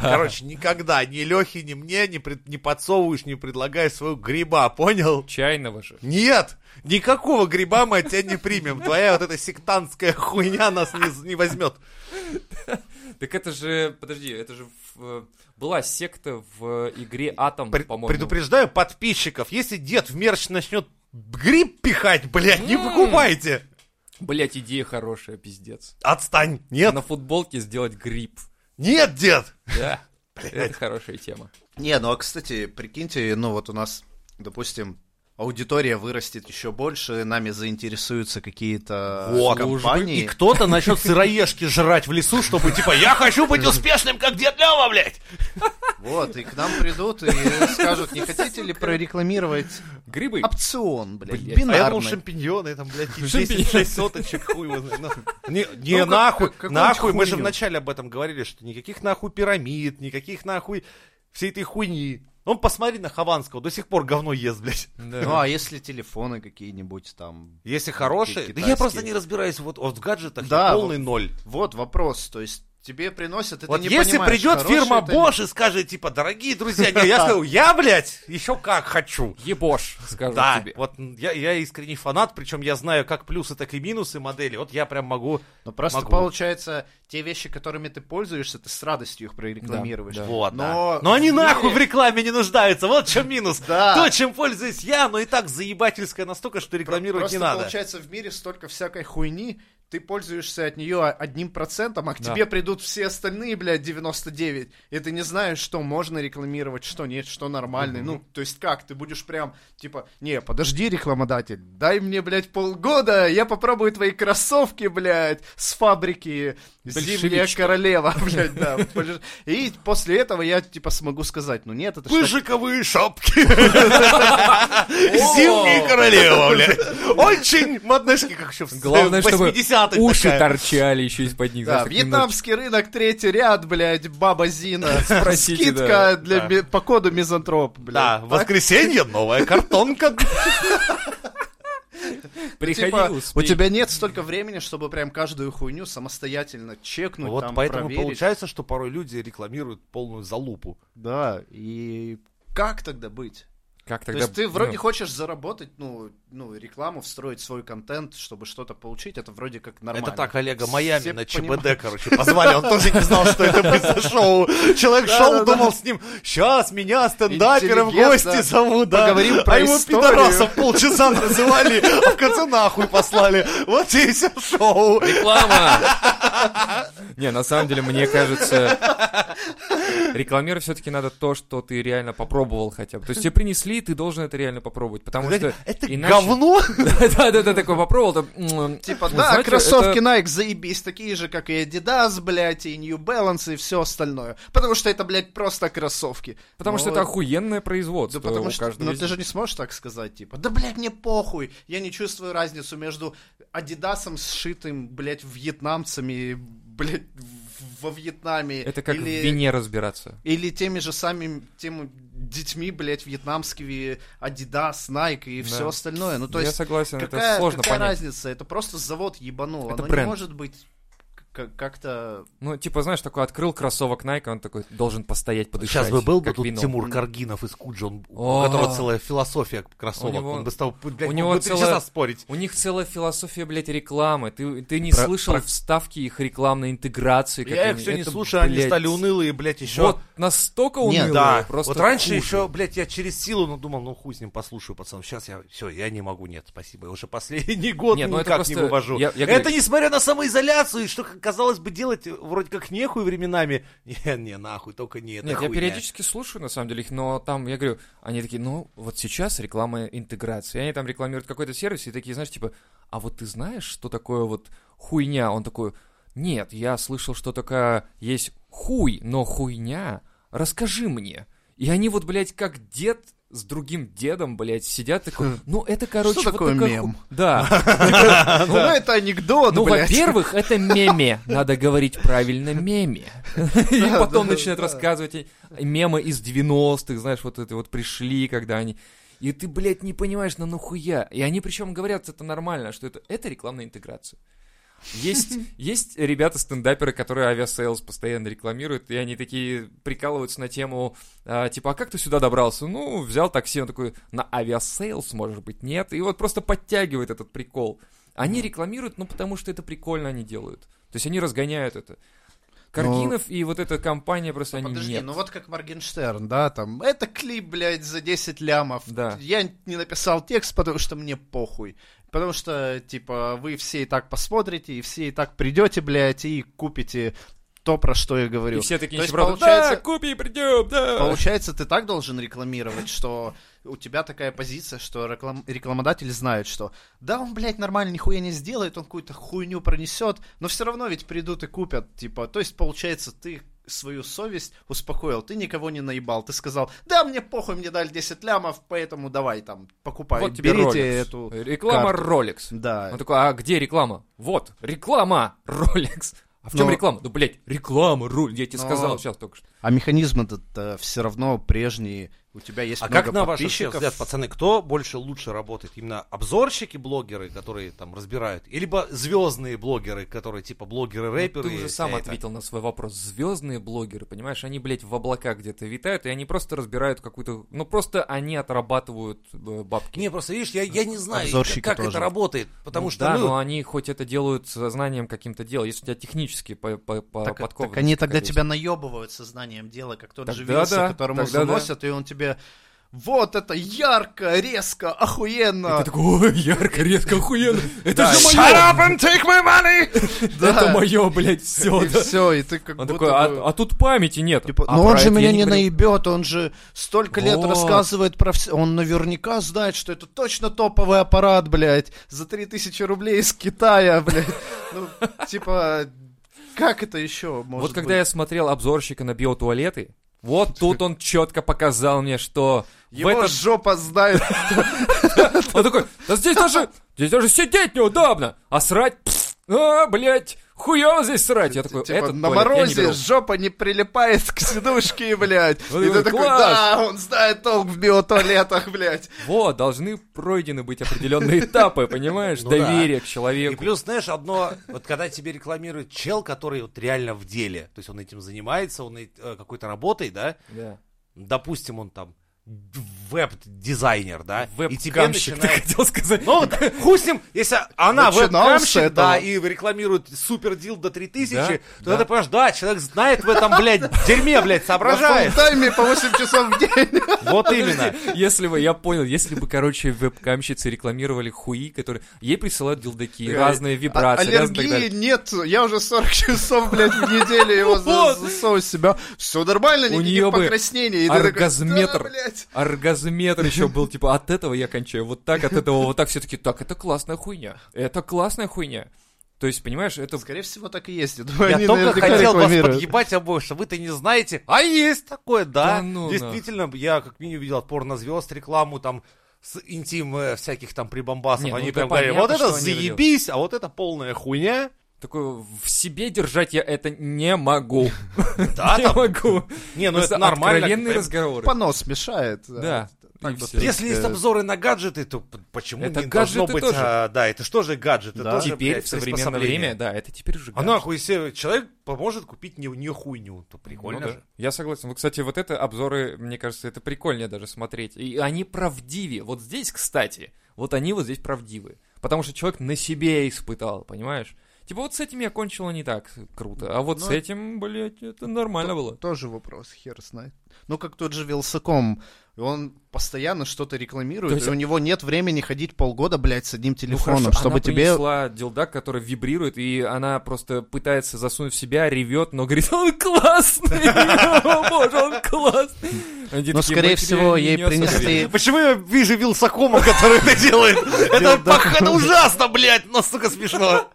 [SPEAKER 5] Короче, никогда ни Лехе, ни мне не, пред- не подсовываешь, не предлагаешь своего гриба, понял?
[SPEAKER 3] Чайного же.
[SPEAKER 5] Нет! Никакого гриба мы от тебя не примем. Твоя вот эта сектантская хуйня нас не, не возьмет.
[SPEAKER 3] Так это же, подожди, это же в- э, была секта в игре Атом,
[SPEAKER 5] Пре-
[SPEAKER 3] по-моему.
[SPEAKER 5] Предупреждаю подписчиков, если дед в мерч начнет гриб пихать, блядь, не покупайте!
[SPEAKER 3] Блять, идея хорошая, пиздец.
[SPEAKER 5] Отстань! Нет!
[SPEAKER 3] На футболке сделать гриб.
[SPEAKER 5] Нет, дед!
[SPEAKER 3] Да, это хорошая тема.
[SPEAKER 1] Не, ну а кстати, прикиньте, ну вот у нас, допустим, аудитория вырастет еще больше, нами заинтересуются какие-то
[SPEAKER 5] Вот,
[SPEAKER 1] компании.
[SPEAKER 5] и кто-то начнет сыроежки жрать в лесу, чтобы типа я хочу быть успешным, как дед Лёва, блядь!
[SPEAKER 1] Вот, и к нам придут и скажут, не хотите ли прорекламировать
[SPEAKER 3] Грибы.
[SPEAKER 1] опцион, блядь,
[SPEAKER 5] А я думал,
[SPEAKER 1] бинарный.
[SPEAKER 5] шампиньоны там, блядь, и
[SPEAKER 3] Шампиньоны.
[SPEAKER 5] 10 соточек, хуй его знает, нахуй. Не, не,
[SPEAKER 1] как-
[SPEAKER 5] нахуй,
[SPEAKER 1] как- какую-нибудь
[SPEAKER 5] нахуй, мы же
[SPEAKER 1] хуйню.
[SPEAKER 5] вначале об этом говорили, что никаких нахуй пирамид, никаких нахуй всей этой хуйни. Он посмотри на Хованского, до сих пор говно ест, блядь.
[SPEAKER 3] Да.
[SPEAKER 1] Ну, а если телефоны какие-нибудь там...
[SPEAKER 5] Если хорошие, да я
[SPEAKER 1] Китайские.
[SPEAKER 5] просто не разбираюсь вот, вот в гаджетах,
[SPEAKER 1] Да,
[SPEAKER 5] я полный ноль.
[SPEAKER 1] Вот вопрос, то есть тебе приносят, и
[SPEAKER 5] Вот
[SPEAKER 1] ты не
[SPEAKER 5] если
[SPEAKER 1] понимаешь,
[SPEAKER 5] придет
[SPEAKER 1] хорошие
[SPEAKER 5] фирма
[SPEAKER 1] это-
[SPEAKER 5] Bosch и скажет, типа, дорогие друзья, не, я скажу, я, блядь, еще как хочу.
[SPEAKER 3] Ебош, скажу
[SPEAKER 5] Да,
[SPEAKER 3] тебе.
[SPEAKER 5] вот м, я, я искренний фанат, причем я знаю как плюсы, так и минусы модели. Вот я прям могу...
[SPEAKER 1] Ну, просто
[SPEAKER 5] Могу.
[SPEAKER 1] получается, те вещи, которыми ты пользуешься, ты с радостью их прорекламируешь.
[SPEAKER 3] Да.
[SPEAKER 5] Вот,
[SPEAKER 1] Но-
[SPEAKER 5] да. Но они
[SPEAKER 1] Или-
[SPEAKER 5] нахуй в рекламе не нуждаются, вот в чем минус.
[SPEAKER 1] Да.
[SPEAKER 5] То, чем пользуюсь я, но и так заебательское настолько, что рекламировать
[SPEAKER 1] Просто
[SPEAKER 5] не надо.
[SPEAKER 1] получается, в мире столько всякой хуйни, ты пользуешься от нее одним процентом, а к
[SPEAKER 3] Да.
[SPEAKER 1] тебе придут все остальные, блядь, 99, и ты не знаешь, что можно рекламировать, что нет, что нормально. Ну, то есть как, ты будешь прям, типа, не, подожди, рекламодатель, дай мне, блядь, полгода, я попробую твои кроссовки, блядь, с фабрики «Зимняя
[SPEAKER 3] Большевичка».
[SPEAKER 1] королева», блядь, да. больш- И после этого я, типа, смогу сказать, ну нет, это что
[SPEAKER 2] Пыжиковые шапки. Зимняя королева, блядь.
[SPEAKER 5] Очень моднешки, как еще в
[SPEAKER 3] Главное, чтобы
[SPEAKER 5] 80-х
[SPEAKER 3] уши
[SPEAKER 5] такая.
[SPEAKER 3] торчали еще из-под них.
[SPEAKER 1] Да,
[SPEAKER 3] знаешь, так
[SPEAKER 1] вьетнамский рынок, третий ряд, блядь, баба Зина.
[SPEAKER 3] Спросите, да.
[SPEAKER 1] Скидка для,
[SPEAKER 5] Да.
[SPEAKER 1] ми- по коду мизантроп, блядь. Ну,
[SPEAKER 5] Да, в воскресенье новая картонка.
[SPEAKER 3] немножко. Приходи,
[SPEAKER 1] Типа, у
[SPEAKER 3] успей.
[SPEAKER 1] тебя нет столько времени, чтобы прям каждую хуйню самостоятельно чекнуть,
[SPEAKER 5] Вот
[SPEAKER 1] Ну, там
[SPEAKER 5] поэтому
[SPEAKER 1] проверить.
[SPEAKER 5] получается, что порой люди рекламируют полную залупу.
[SPEAKER 1] Да, и как тогда быть?
[SPEAKER 3] Как
[SPEAKER 1] То
[SPEAKER 3] тогда...
[SPEAKER 1] есть ты
[SPEAKER 3] ну,
[SPEAKER 1] вроде хочешь заработать, ну, ну, рекламу, встроить свой контент, чтобы что-то получить, это вроде как нормально.
[SPEAKER 5] Это так Олега Майами
[SPEAKER 1] Все
[SPEAKER 5] на ЧБД,
[SPEAKER 1] понимают.
[SPEAKER 5] короче, позвали. Он тоже не знал, что это будет за шоу. Человек шел,
[SPEAKER 1] Да-да-да.
[SPEAKER 5] думал с ним, сейчас меня стендаперы в гости
[SPEAKER 1] Интеллигент, да.
[SPEAKER 5] зовут, да.
[SPEAKER 1] Поговорим про
[SPEAKER 5] А его
[SPEAKER 1] историю.
[SPEAKER 5] пидорасов полчаса называли, а в конце нахуй послали. Вот тебе и все шоу.
[SPEAKER 3] Реклама! Не, на самом деле, мне кажется, рекламировать все-таки надо то, что ты реально попробовал хотя бы. То есть тебе принесли, и ты должен это реально попробовать, потому что
[SPEAKER 5] Это
[SPEAKER 3] иначе-
[SPEAKER 5] говно?
[SPEAKER 3] Да-да-да, такой попробовал, там... м,
[SPEAKER 1] Типа,
[SPEAKER 3] ну,
[SPEAKER 1] да,
[SPEAKER 3] знаете,
[SPEAKER 1] кроссовки
[SPEAKER 3] это-
[SPEAKER 1] Nike заебись, такие же, как и Adidas, блядь, и New Balance, и все остальное. Потому что это, блядь, просто кроссовки.
[SPEAKER 3] Потому что
[SPEAKER 1] Но-
[SPEAKER 3] это охуенное производство.
[SPEAKER 1] Да потому
[SPEAKER 3] у
[SPEAKER 1] что,
[SPEAKER 3] каждого
[SPEAKER 1] но
[SPEAKER 3] из
[SPEAKER 1] ты
[SPEAKER 3] них.
[SPEAKER 1] же не сможешь так сказать, типа, да, блядь, мне похуй, я не чувствую разницу между Адидасом, сшитым, блядь, вьетнамцами, блядь, в- во Вьетнаме.
[SPEAKER 3] Это как в
[SPEAKER 1] или,
[SPEAKER 3] вине разбираться.
[SPEAKER 1] или теми же самими, теми детьми, блядь, вьетнамскими, Адидас, Nike и
[SPEAKER 3] Да.
[SPEAKER 1] все остальное. Ну, то
[SPEAKER 3] Я
[SPEAKER 1] есть,
[SPEAKER 3] согласен,
[SPEAKER 1] какая,
[SPEAKER 3] это сложно
[SPEAKER 1] какая
[SPEAKER 3] понять.
[SPEAKER 1] разница? Это просто завод ебанул.
[SPEAKER 3] Это
[SPEAKER 1] Оно
[SPEAKER 3] бренд.
[SPEAKER 1] не может быть к- как-то...
[SPEAKER 3] Ну, типа, знаешь, такой открыл кроссовок Nike, он такой, должен постоять, подышать.
[SPEAKER 5] Сейчас бы был бы
[SPEAKER 3] как
[SPEAKER 5] тут
[SPEAKER 3] винил.
[SPEAKER 5] Тимур Каргинов из Куджи, он- у
[SPEAKER 3] О.
[SPEAKER 5] которого целая философия кроссовок.
[SPEAKER 3] У него-
[SPEAKER 5] Он бы стал, блядь,
[SPEAKER 3] у него
[SPEAKER 5] мог бы три
[SPEAKER 3] целая-
[SPEAKER 5] часа спорить.
[SPEAKER 3] У них целая философия, блядь, рекламы. Ты, ты не
[SPEAKER 5] Про-
[SPEAKER 3] слышал
[SPEAKER 5] про-
[SPEAKER 3] вставки их рекламной интеграции. как
[SPEAKER 5] Я их
[SPEAKER 3] они-
[SPEAKER 5] все не
[SPEAKER 3] это,
[SPEAKER 5] слушаю, они
[SPEAKER 3] блядь,
[SPEAKER 5] стали унылые, блядь, еще.
[SPEAKER 3] Вот настолько унылые.
[SPEAKER 5] Да,
[SPEAKER 3] просто
[SPEAKER 5] вот раньше
[SPEAKER 3] хуже.
[SPEAKER 5] еще, блядь, я через силу, ну, думал, ну, хуй с ним, послушаю, пацан. Сейчас я, все, я не могу, нет, спасибо. Я уже последний год
[SPEAKER 3] Нет, ну, это
[SPEAKER 5] никак не
[SPEAKER 3] просто-
[SPEAKER 5] вывожу.
[SPEAKER 3] я- я
[SPEAKER 5] это
[SPEAKER 3] говорю-
[SPEAKER 5] несмотря на самоизоляцию, и что, как казалось бы, делать э, вроде как нехуй временами. Не, не, нахуй, только не это
[SPEAKER 3] Нет, я
[SPEAKER 5] хуйня.
[SPEAKER 3] периодически слушаю, на самом деле, их, но там, я говорю, они такие, ну, вот сейчас реклама интеграции. И они там рекламируют какой-то сервис, и такие, знаешь, типа, а вот ты знаешь, что такое вот хуйня? Он такой, нет, я слышал, что такая есть хуй, но хуйня, расскажи мне. И они вот, блядь, как дед с другим дедом, блядь, сидят такой, ну, это, короче, вот
[SPEAKER 1] такое
[SPEAKER 3] такая
[SPEAKER 1] мем?
[SPEAKER 3] ху- Да,
[SPEAKER 1] Ну, это анекдот,
[SPEAKER 3] А, ну,
[SPEAKER 1] блядь.
[SPEAKER 3] во-первых, это меме. Надо говорить правильно меме. И потом начинают рассказывать и- мемы из 90-х, знаешь, вот это вот пришли, когда они... И ты, блядь, не понимаешь, ну нахуя? И они причем говорят это нормально, что это, это рекламная интеграция. Есть, есть ребята-стендаперы, которые авиасейлс постоянно рекламируют, и они такие прикалываются на тему, а, типа, а как ты сюда добрался? Ну, взял такси, он такой, на авиасейлс, может быть, нет. И вот просто подтягивает этот прикол. Они рекламируют, ну, потому что это прикольно они делают. То есть они разгоняют это. Каргинов и вот эта компания просто они
[SPEAKER 1] Подожди,
[SPEAKER 3] нет.
[SPEAKER 1] ну вот как Моргенштерн, да, там, это клип, блядь, за 10 лямов.
[SPEAKER 3] Да.
[SPEAKER 1] Я не написал текст, потому что мне похуй. Потому что, типа, вы все и так посмотрите, и все и так придете, блядь, и купите то, про что я говорю.
[SPEAKER 3] И все такие типа,
[SPEAKER 1] То есть
[SPEAKER 3] нищеброды,
[SPEAKER 1] получается-
[SPEAKER 3] да, купи и придем, да.
[SPEAKER 1] Получается, ты так должен рекламировать, что у тебя такая позиция, что реклам- рекламодатель знает, что да, он, блядь, нормально нихуя не сделает, он какую-то хуйню пронесет, но все равно ведь придут и купят, типа, то есть, получается, ты свою совесть успокоил, ты никого не наебал, ты сказал, да, мне похуй, мне дали 10 лямов, поэтому давай там, покупай,
[SPEAKER 3] Вот тебе
[SPEAKER 1] берите
[SPEAKER 3] Rolex.
[SPEAKER 1] эту...
[SPEAKER 5] э,
[SPEAKER 3] Реклама
[SPEAKER 1] карту.
[SPEAKER 3] Rolex.
[SPEAKER 1] Да,
[SPEAKER 3] Он такой, а где реклама? Вот, реклама Rolex. А в чем
[SPEAKER 1] Но-
[SPEAKER 3] реклама? Ну, блядь, реклама, руль, я тебе
[SPEAKER 1] Но-
[SPEAKER 3] сказал сейчас только что.
[SPEAKER 1] а механизм этот все равно прежний, у тебя есть
[SPEAKER 5] А
[SPEAKER 1] много
[SPEAKER 5] как на ваш всех
[SPEAKER 1] подписчиков.
[SPEAKER 5] взгляд, пацаны, кто больше лучше работает? Именно обзорщики, блогеры, которые там разбирают, и либо звездные блогеры, которые типа блогеры-рэперы?
[SPEAKER 3] Ну, ты
[SPEAKER 5] и
[SPEAKER 3] уже
[SPEAKER 5] вся
[SPEAKER 3] сам
[SPEAKER 5] эта-
[SPEAKER 3] ответил на свой вопрос. Звездные блогеры, понимаешь, они, блядь, в облаках где-то витают, и они просто разбирают какую-то... Ну, просто они отрабатывают э, бабки.
[SPEAKER 5] Не, просто видишь, я, я не знаю,
[SPEAKER 1] Обзорщики
[SPEAKER 5] как
[SPEAKER 1] тоже.
[SPEAKER 5] это работает, потому
[SPEAKER 3] Ну
[SPEAKER 5] что
[SPEAKER 3] да,
[SPEAKER 5] ну,
[SPEAKER 3] но они хоть это делают со знанием каким-то дела, если у тебя технически по, по, по
[SPEAKER 1] Так,
[SPEAKER 3] подкованность
[SPEAKER 1] так они тогда
[SPEAKER 3] какая-то есть.
[SPEAKER 1] тебя наебывают сознанием дела, как тот
[SPEAKER 3] Тогда
[SPEAKER 1] же Вилса,
[SPEAKER 3] да,
[SPEAKER 1] которому
[SPEAKER 3] тогда
[SPEAKER 1] заносят, и он тебе вот это ярко, резко,
[SPEAKER 3] И
[SPEAKER 1] охуенно.
[SPEAKER 3] ты такой, «Ой, ярко, резко, охуенно, это
[SPEAKER 1] Да,
[SPEAKER 3] же
[SPEAKER 2] Shut
[SPEAKER 3] мое,
[SPEAKER 2] up and take my money!
[SPEAKER 3] это мое, блядь, все.
[SPEAKER 1] И все, и ты как
[SPEAKER 3] Он
[SPEAKER 1] будто
[SPEAKER 3] такой,
[SPEAKER 1] бы,
[SPEAKER 3] а, а тут памяти нет.
[SPEAKER 1] типа,
[SPEAKER 3] А
[SPEAKER 1] «Ну он
[SPEAKER 3] про
[SPEAKER 1] же
[SPEAKER 3] это я
[SPEAKER 1] меня не
[SPEAKER 3] говорю».
[SPEAKER 1] наебет, он же столько лет
[SPEAKER 3] Вот.
[SPEAKER 1] рассказывает про все. Он наверняка знает, что это точно топовый аппарат, блядь, за 3000 рублей из Китая, блядь. Ну, типа, как это еще может
[SPEAKER 3] Вот когда
[SPEAKER 1] быть?
[SPEAKER 3] я смотрел обзорщика на биотуалеты, вот тут он четко показал мне, что в
[SPEAKER 1] Его
[SPEAKER 3] этот
[SPEAKER 1] жопа знает.
[SPEAKER 3] Он такой, да здесь даже, здесь даже сидеть неудобно, а срать, пф, а, блядь, хуёво здесь срать. Я такой,
[SPEAKER 1] Типа,
[SPEAKER 3] этот
[SPEAKER 1] на
[SPEAKER 3] туалет я не
[SPEAKER 1] морозе
[SPEAKER 3] беру».
[SPEAKER 1] жопа не прилипает к сидушке, блядь.
[SPEAKER 3] Вот
[SPEAKER 1] И ты
[SPEAKER 3] такой,
[SPEAKER 1] такой,
[SPEAKER 3] «Класс!»
[SPEAKER 1] да, он знает толк в биотуалетах, блядь.
[SPEAKER 3] Вот, должны пройдены быть определенные этапы, понимаешь,
[SPEAKER 5] Ну да.
[SPEAKER 3] доверие к
[SPEAKER 5] И
[SPEAKER 3] человеку.
[SPEAKER 5] плюс, знаешь, одно, вот когда тебе рекламирует чел, который вот реально в деле, то есть он этим занимается, он э, какой-то работой, да,
[SPEAKER 3] Да.
[SPEAKER 5] допустим, он там веб-дизайнер, да, и тебе
[SPEAKER 3] Веб-камщик, ты
[SPEAKER 5] начинает...
[SPEAKER 3] хотел сказать.
[SPEAKER 5] Ну, вот, хуй с ним, если она
[SPEAKER 1] Начинал с
[SPEAKER 5] веб-камщик, да,
[SPEAKER 1] этого.
[SPEAKER 5] и рекламирует супер дил до 3000,
[SPEAKER 3] Да,
[SPEAKER 5] то
[SPEAKER 3] да.
[SPEAKER 5] ты понимаешь, да, человек знает в этом, блядь, дерьме, блядь, соображает.
[SPEAKER 1] На тайме по 8 часов в день.
[SPEAKER 5] Вот именно.
[SPEAKER 3] Если бы, я понял, если бы, короче, веб-камщицы рекламировали хуи, которые... Ей присылают
[SPEAKER 5] Э,
[SPEAKER 3] дилдаки, разные
[SPEAKER 1] А-
[SPEAKER 3] вибрации, разные так
[SPEAKER 1] Аллергии
[SPEAKER 3] далее.
[SPEAKER 1] нет, я уже 40 часов, блядь, в неделю его за-
[SPEAKER 3] Вот.
[SPEAKER 1] засовываю в себя. Все нормально,
[SPEAKER 3] У неё
[SPEAKER 1] никаких
[SPEAKER 3] бы
[SPEAKER 1] покраснений. И ты такой,
[SPEAKER 3] оргазметр.
[SPEAKER 1] «Да, блядь».
[SPEAKER 3] Оргазметр еще был, типа, от этого я кончаю, вот так, от этого, вот так. Все таки так, это классная хуйня, это классная хуйня. То есть, понимаешь, это...
[SPEAKER 1] Скорее всего, так и есть. Я думаю,
[SPEAKER 5] Я
[SPEAKER 1] они
[SPEAKER 5] только
[SPEAKER 1] наверняка
[SPEAKER 5] хотел вас
[SPEAKER 1] рекламируют.
[SPEAKER 5] подъебать обоих, что вы-то не знаете. А есть такое, да.
[SPEAKER 3] Да ну
[SPEAKER 5] Действительно, я как минимум видел от порнозвезд рекламу там с интим э, всяких там прибамбасов.
[SPEAKER 3] Не, ну
[SPEAKER 5] они
[SPEAKER 3] это
[SPEAKER 5] прям говорили,
[SPEAKER 3] понятно,
[SPEAKER 5] вот это
[SPEAKER 3] что они
[SPEAKER 5] заебись, а вот это полная хуйня.
[SPEAKER 3] Такой, в себе держать я это не могу.
[SPEAKER 5] Да,
[SPEAKER 3] Не
[SPEAKER 5] А там,
[SPEAKER 3] могу.
[SPEAKER 5] не, ну
[SPEAKER 3] Просто
[SPEAKER 5] это нормально.
[SPEAKER 3] Откровенные
[SPEAKER 5] Прям-
[SPEAKER 3] разговоры.
[SPEAKER 1] Понос мешает.
[SPEAKER 3] Да.
[SPEAKER 1] Так
[SPEAKER 3] И
[SPEAKER 1] бы
[SPEAKER 3] всё.
[SPEAKER 5] Если есть обзоры на гаджеты, то п- почему
[SPEAKER 3] э, Это
[SPEAKER 5] не должно
[SPEAKER 3] гаджеты
[SPEAKER 5] быть?
[SPEAKER 3] тоже.
[SPEAKER 5] а, да, это что же гаджеты?
[SPEAKER 1] Да.
[SPEAKER 5] Тоже,
[SPEAKER 3] Теперь
[SPEAKER 5] блядь,
[SPEAKER 3] в современное
[SPEAKER 5] приспособление.
[SPEAKER 3] время, да, это теперь уже
[SPEAKER 5] А
[SPEAKER 3] гаджет.
[SPEAKER 5] нахуй, если человек поможет купить не, не хуйню, то прикольно
[SPEAKER 3] Ну да.
[SPEAKER 5] же.
[SPEAKER 3] Я согласен. Вот, кстати, вот это обзоры, мне кажется, это прикольнее даже смотреть. И они правдивее. Вот здесь, кстати, вот они вот здесь правдивы. Потому что человек на себе испытал, понимаешь? Типа вот с этим я кончила не так круто, а вот с
[SPEAKER 1] Ну,
[SPEAKER 3] этим, блядь, это нормально было.
[SPEAKER 1] Тоже вопрос, хер знает. Ну, как тот же Вилсаком. Он постоянно что-то рекламирует,
[SPEAKER 3] То есть-
[SPEAKER 1] и у него нет времени ходить полгода, блядь, с одним
[SPEAKER 3] Ну
[SPEAKER 1] телефоном,
[SPEAKER 3] хорошо,
[SPEAKER 1] чтобы
[SPEAKER 3] она
[SPEAKER 1] тебе...
[SPEAKER 3] принесла дилдак, который вибрирует, и она просто пытается засунуть в себя, ревет, но говорит, он классный, о боже, он классный. Они такие,
[SPEAKER 1] Но,
[SPEAKER 3] «Мы тебя
[SPEAKER 1] скорее всего,
[SPEAKER 3] не-
[SPEAKER 1] ей
[SPEAKER 3] не особо
[SPEAKER 1] принесли...
[SPEAKER 5] Э, Почему я вижу Вилсакома, который это делает? Это пох- это ужасно, блядь, но, сука, смешно.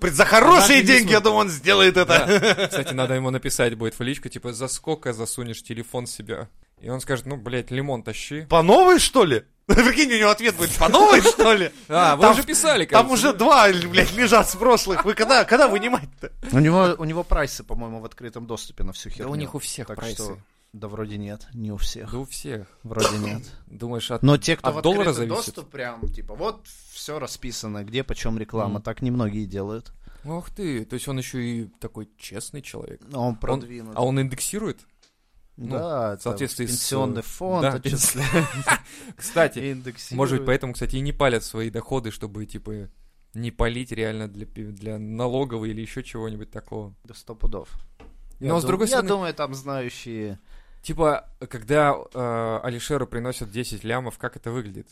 [SPEAKER 5] Блядь, За
[SPEAKER 3] она
[SPEAKER 5] хорошие
[SPEAKER 3] не
[SPEAKER 5] деньги, я
[SPEAKER 3] рисует.
[SPEAKER 5] думаю, он сделает это.
[SPEAKER 3] Ну, Да. Кстати, надо ему написать будет в личку, типа, за сколько засунешь телефон себе? И он скажет, ну, блядь, лимон тащи.
[SPEAKER 5] По новой, что ли? Прикинь, у него ответ будет, по новой, что ли?
[SPEAKER 3] А, вы
[SPEAKER 5] Там-
[SPEAKER 3] уже писали,
[SPEAKER 5] Там
[SPEAKER 3] кажется,
[SPEAKER 5] уже два, блядь, лежат с прошлых. Вы когда, когда вынимать-то?
[SPEAKER 1] У него, у него прайсы, по-моему, в открытом доступе на всю
[SPEAKER 3] да?
[SPEAKER 1] херню.
[SPEAKER 3] Да у них у всех
[SPEAKER 1] Так
[SPEAKER 3] прайсы.
[SPEAKER 1] что- Да вроде нет, не у всех.
[SPEAKER 3] Да у всех.
[SPEAKER 1] Вроде нет.
[SPEAKER 3] Думаешь, от...
[SPEAKER 1] Но те, кто
[SPEAKER 3] От
[SPEAKER 1] в
[SPEAKER 3] доллара
[SPEAKER 1] открытый
[SPEAKER 3] зависит.
[SPEAKER 1] доступ, прям, типа, вот все расписано, где, почем реклама. Так немногие делают.
[SPEAKER 3] Ох ты, то есть он еще и такой честный человек.
[SPEAKER 1] Но Он
[SPEAKER 3] Он-
[SPEAKER 1] продвинут.
[SPEAKER 3] А он индексирует? ну, в
[SPEAKER 1] да, там
[SPEAKER 3] соответствии с, э,
[SPEAKER 1] пенсионный фонд, а
[SPEAKER 3] да,
[SPEAKER 1] отчисляет,
[SPEAKER 3] Кстати,
[SPEAKER 1] индексирует.
[SPEAKER 3] может быть, поэтому, кстати, и не палят свои доходы, чтобы, типа, не палить реально для, пи- для налоговой или еще чего-нибудь такого.
[SPEAKER 1] До сто пудов.
[SPEAKER 3] Но,
[SPEAKER 1] Я
[SPEAKER 3] Ну, а с
[SPEAKER 1] дум-
[SPEAKER 3] другой стороны,
[SPEAKER 1] Я думаю, там знающие...
[SPEAKER 3] Типа, когда э, Алишеру приносят 10 лямов, как это выглядит?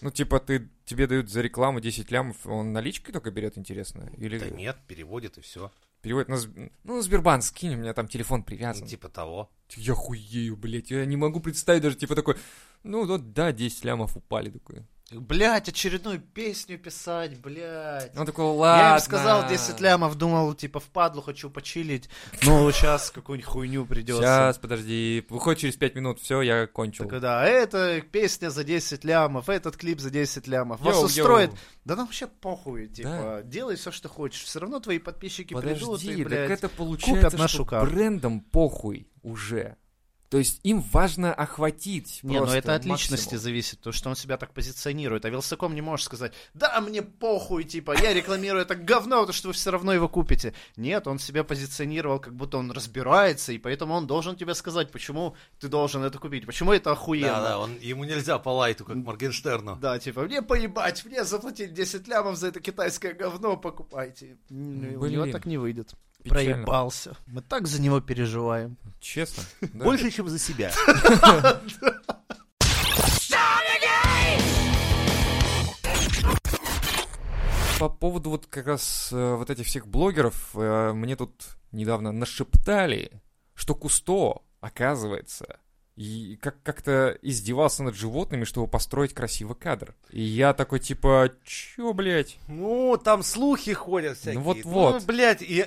[SPEAKER 3] Ну, типа, ты, тебе дают за рекламу 10 лямов, он наличкой только берет, интересно? Или...
[SPEAKER 5] Да нет, переводит и все.
[SPEAKER 3] переводит на... Сб- Ну, на Сбербанк скинь, у меня там телефон привязан.
[SPEAKER 5] Типа того.
[SPEAKER 3] Я хуею, блядь, я не могу представить даже, типа такой, ну, вот, да, 10 лямов упали, такой.
[SPEAKER 1] Блять, очередную песню писать, блять.
[SPEAKER 3] Он такой, Ну ладно.
[SPEAKER 1] Я им сказал 10 лямов, думал, типа, в падлу хочу почилить. Ну, сейчас какую-нибудь хуйню придется.
[SPEAKER 3] Сейчас, подожди, выходит через 5 минут, все, я кончил.
[SPEAKER 1] Когда это песня за 10 лямов, этот клип за 10 лямов. Вас
[SPEAKER 3] Йоу,
[SPEAKER 1] устроит.
[SPEAKER 3] йоу.
[SPEAKER 1] Да нам вообще похуй, типа, делай все, что хочешь. Все равно твои подписчики придут
[SPEAKER 3] Подожди,
[SPEAKER 1] и,
[SPEAKER 3] так
[SPEAKER 1] блядь.
[SPEAKER 3] это получается,
[SPEAKER 1] нашу
[SPEAKER 3] что
[SPEAKER 1] карту.
[SPEAKER 3] брендам похуй уже. То есть им важно охватить
[SPEAKER 1] Не,
[SPEAKER 3] просто
[SPEAKER 1] ну это от личности
[SPEAKER 3] максимум.
[SPEAKER 1] зависит, то, что он себя так позиционирует. А Вилсаком не можешь сказать, да, мне похуй, типа, я рекламирую это говно, потому что вы все равно его купите. Нет, он себя позиционировал, как будто он разбирается, и поэтому он должен тебе сказать, почему ты должен это купить, почему это
[SPEAKER 5] Да, да,
[SPEAKER 1] охуенно.
[SPEAKER 5] он, ему нельзя по лайту, как Моргенштерну.
[SPEAKER 1] Да, типа, мне поебать, мне заплатить 10 лямов за это китайское говно, покупайте. Н- ну, У него
[SPEAKER 3] Блин.
[SPEAKER 1] так не выйдет.
[SPEAKER 3] Печально.
[SPEAKER 1] Проебался. Мы так за него переживаем.
[SPEAKER 3] Честно. да.
[SPEAKER 5] Больше, чем за себя.
[SPEAKER 3] По поводу вот как раз э, вот этих всех блогеров, э, мне тут недавно нашептали, что Кусто, оказывается, и как- как-то издевался над животными, чтобы построить красивый кадр. И я такой, типа, чё, блядь?
[SPEAKER 5] Ну, там слухи ходят всякие.
[SPEAKER 3] Ну, вот-вот.
[SPEAKER 5] Ну, блядь, и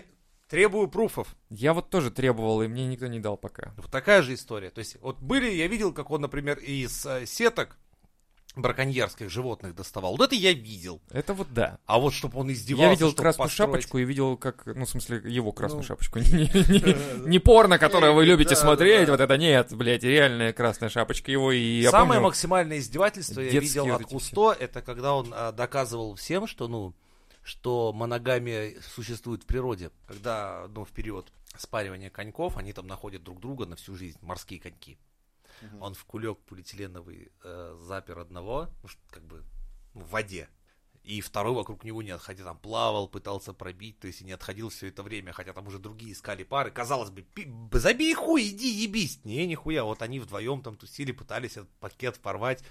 [SPEAKER 5] требую пруфов.
[SPEAKER 3] Я вот тоже требовал, и мне никто не дал пока.
[SPEAKER 5] Вот такая же история. То есть, вот были, я видел, как он, например, из э, сеток браконьерских животных доставал. Вот это я видел.
[SPEAKER 3] Это вот да.
[SPEAKER 5] А вот чтобы он издевался,
[SPEAKER 3] я видел
[SPEAKER 5] чтоб
[SPEAKER 3] красную
[SPEAKER 5] построить-
[SPEAKER 3] шапочку и видел, как, ну, в смысле, его красную
[SPEAKER 5] Ну. Э,
[SPEAKER 3] шапочку. Не- Не не- не порно, которое вы
[SPEAKER 1] Да,
[SPEAKER 3] любите
[SPEAKER 1] да,
[SPEAKER 3] смотреть,
[SPEAKER 1] да.
[SPEAKER 3] вот это нет, блядь, реальная красная шапочка его. И я
[SPEAKER 5] Самое
[SPEAKER 3] помню,
[SPEAKER 5] максимальное издевательство я
[SPEAKER 3] детские
[SPEAKER 5] видел
[SPEAKER 3] вот
[SPEAKER 5] от
[SPEAKER 3] эти все.
[SPEAKER 5] Кусто, это когда он а, доказывал всем, что, ну, что моногамия существует в природе. Когда, ну, в период спаривания коньков, они там находят друг друга на всю жизнь, морские коньки. Он в кулек полиэтиленовый э, запер одного, ну, что как бы ну, в воде. И второй вокруг него не отходил, там плавал, пытался пробить, то есть и не отходил все это время, хотя там уже другие искали пары. Казалось бы, пи- б- забей хуй, иди ебись. Не, нихуя, вот они вдвоем там тусили, пытались этот пакет порвать.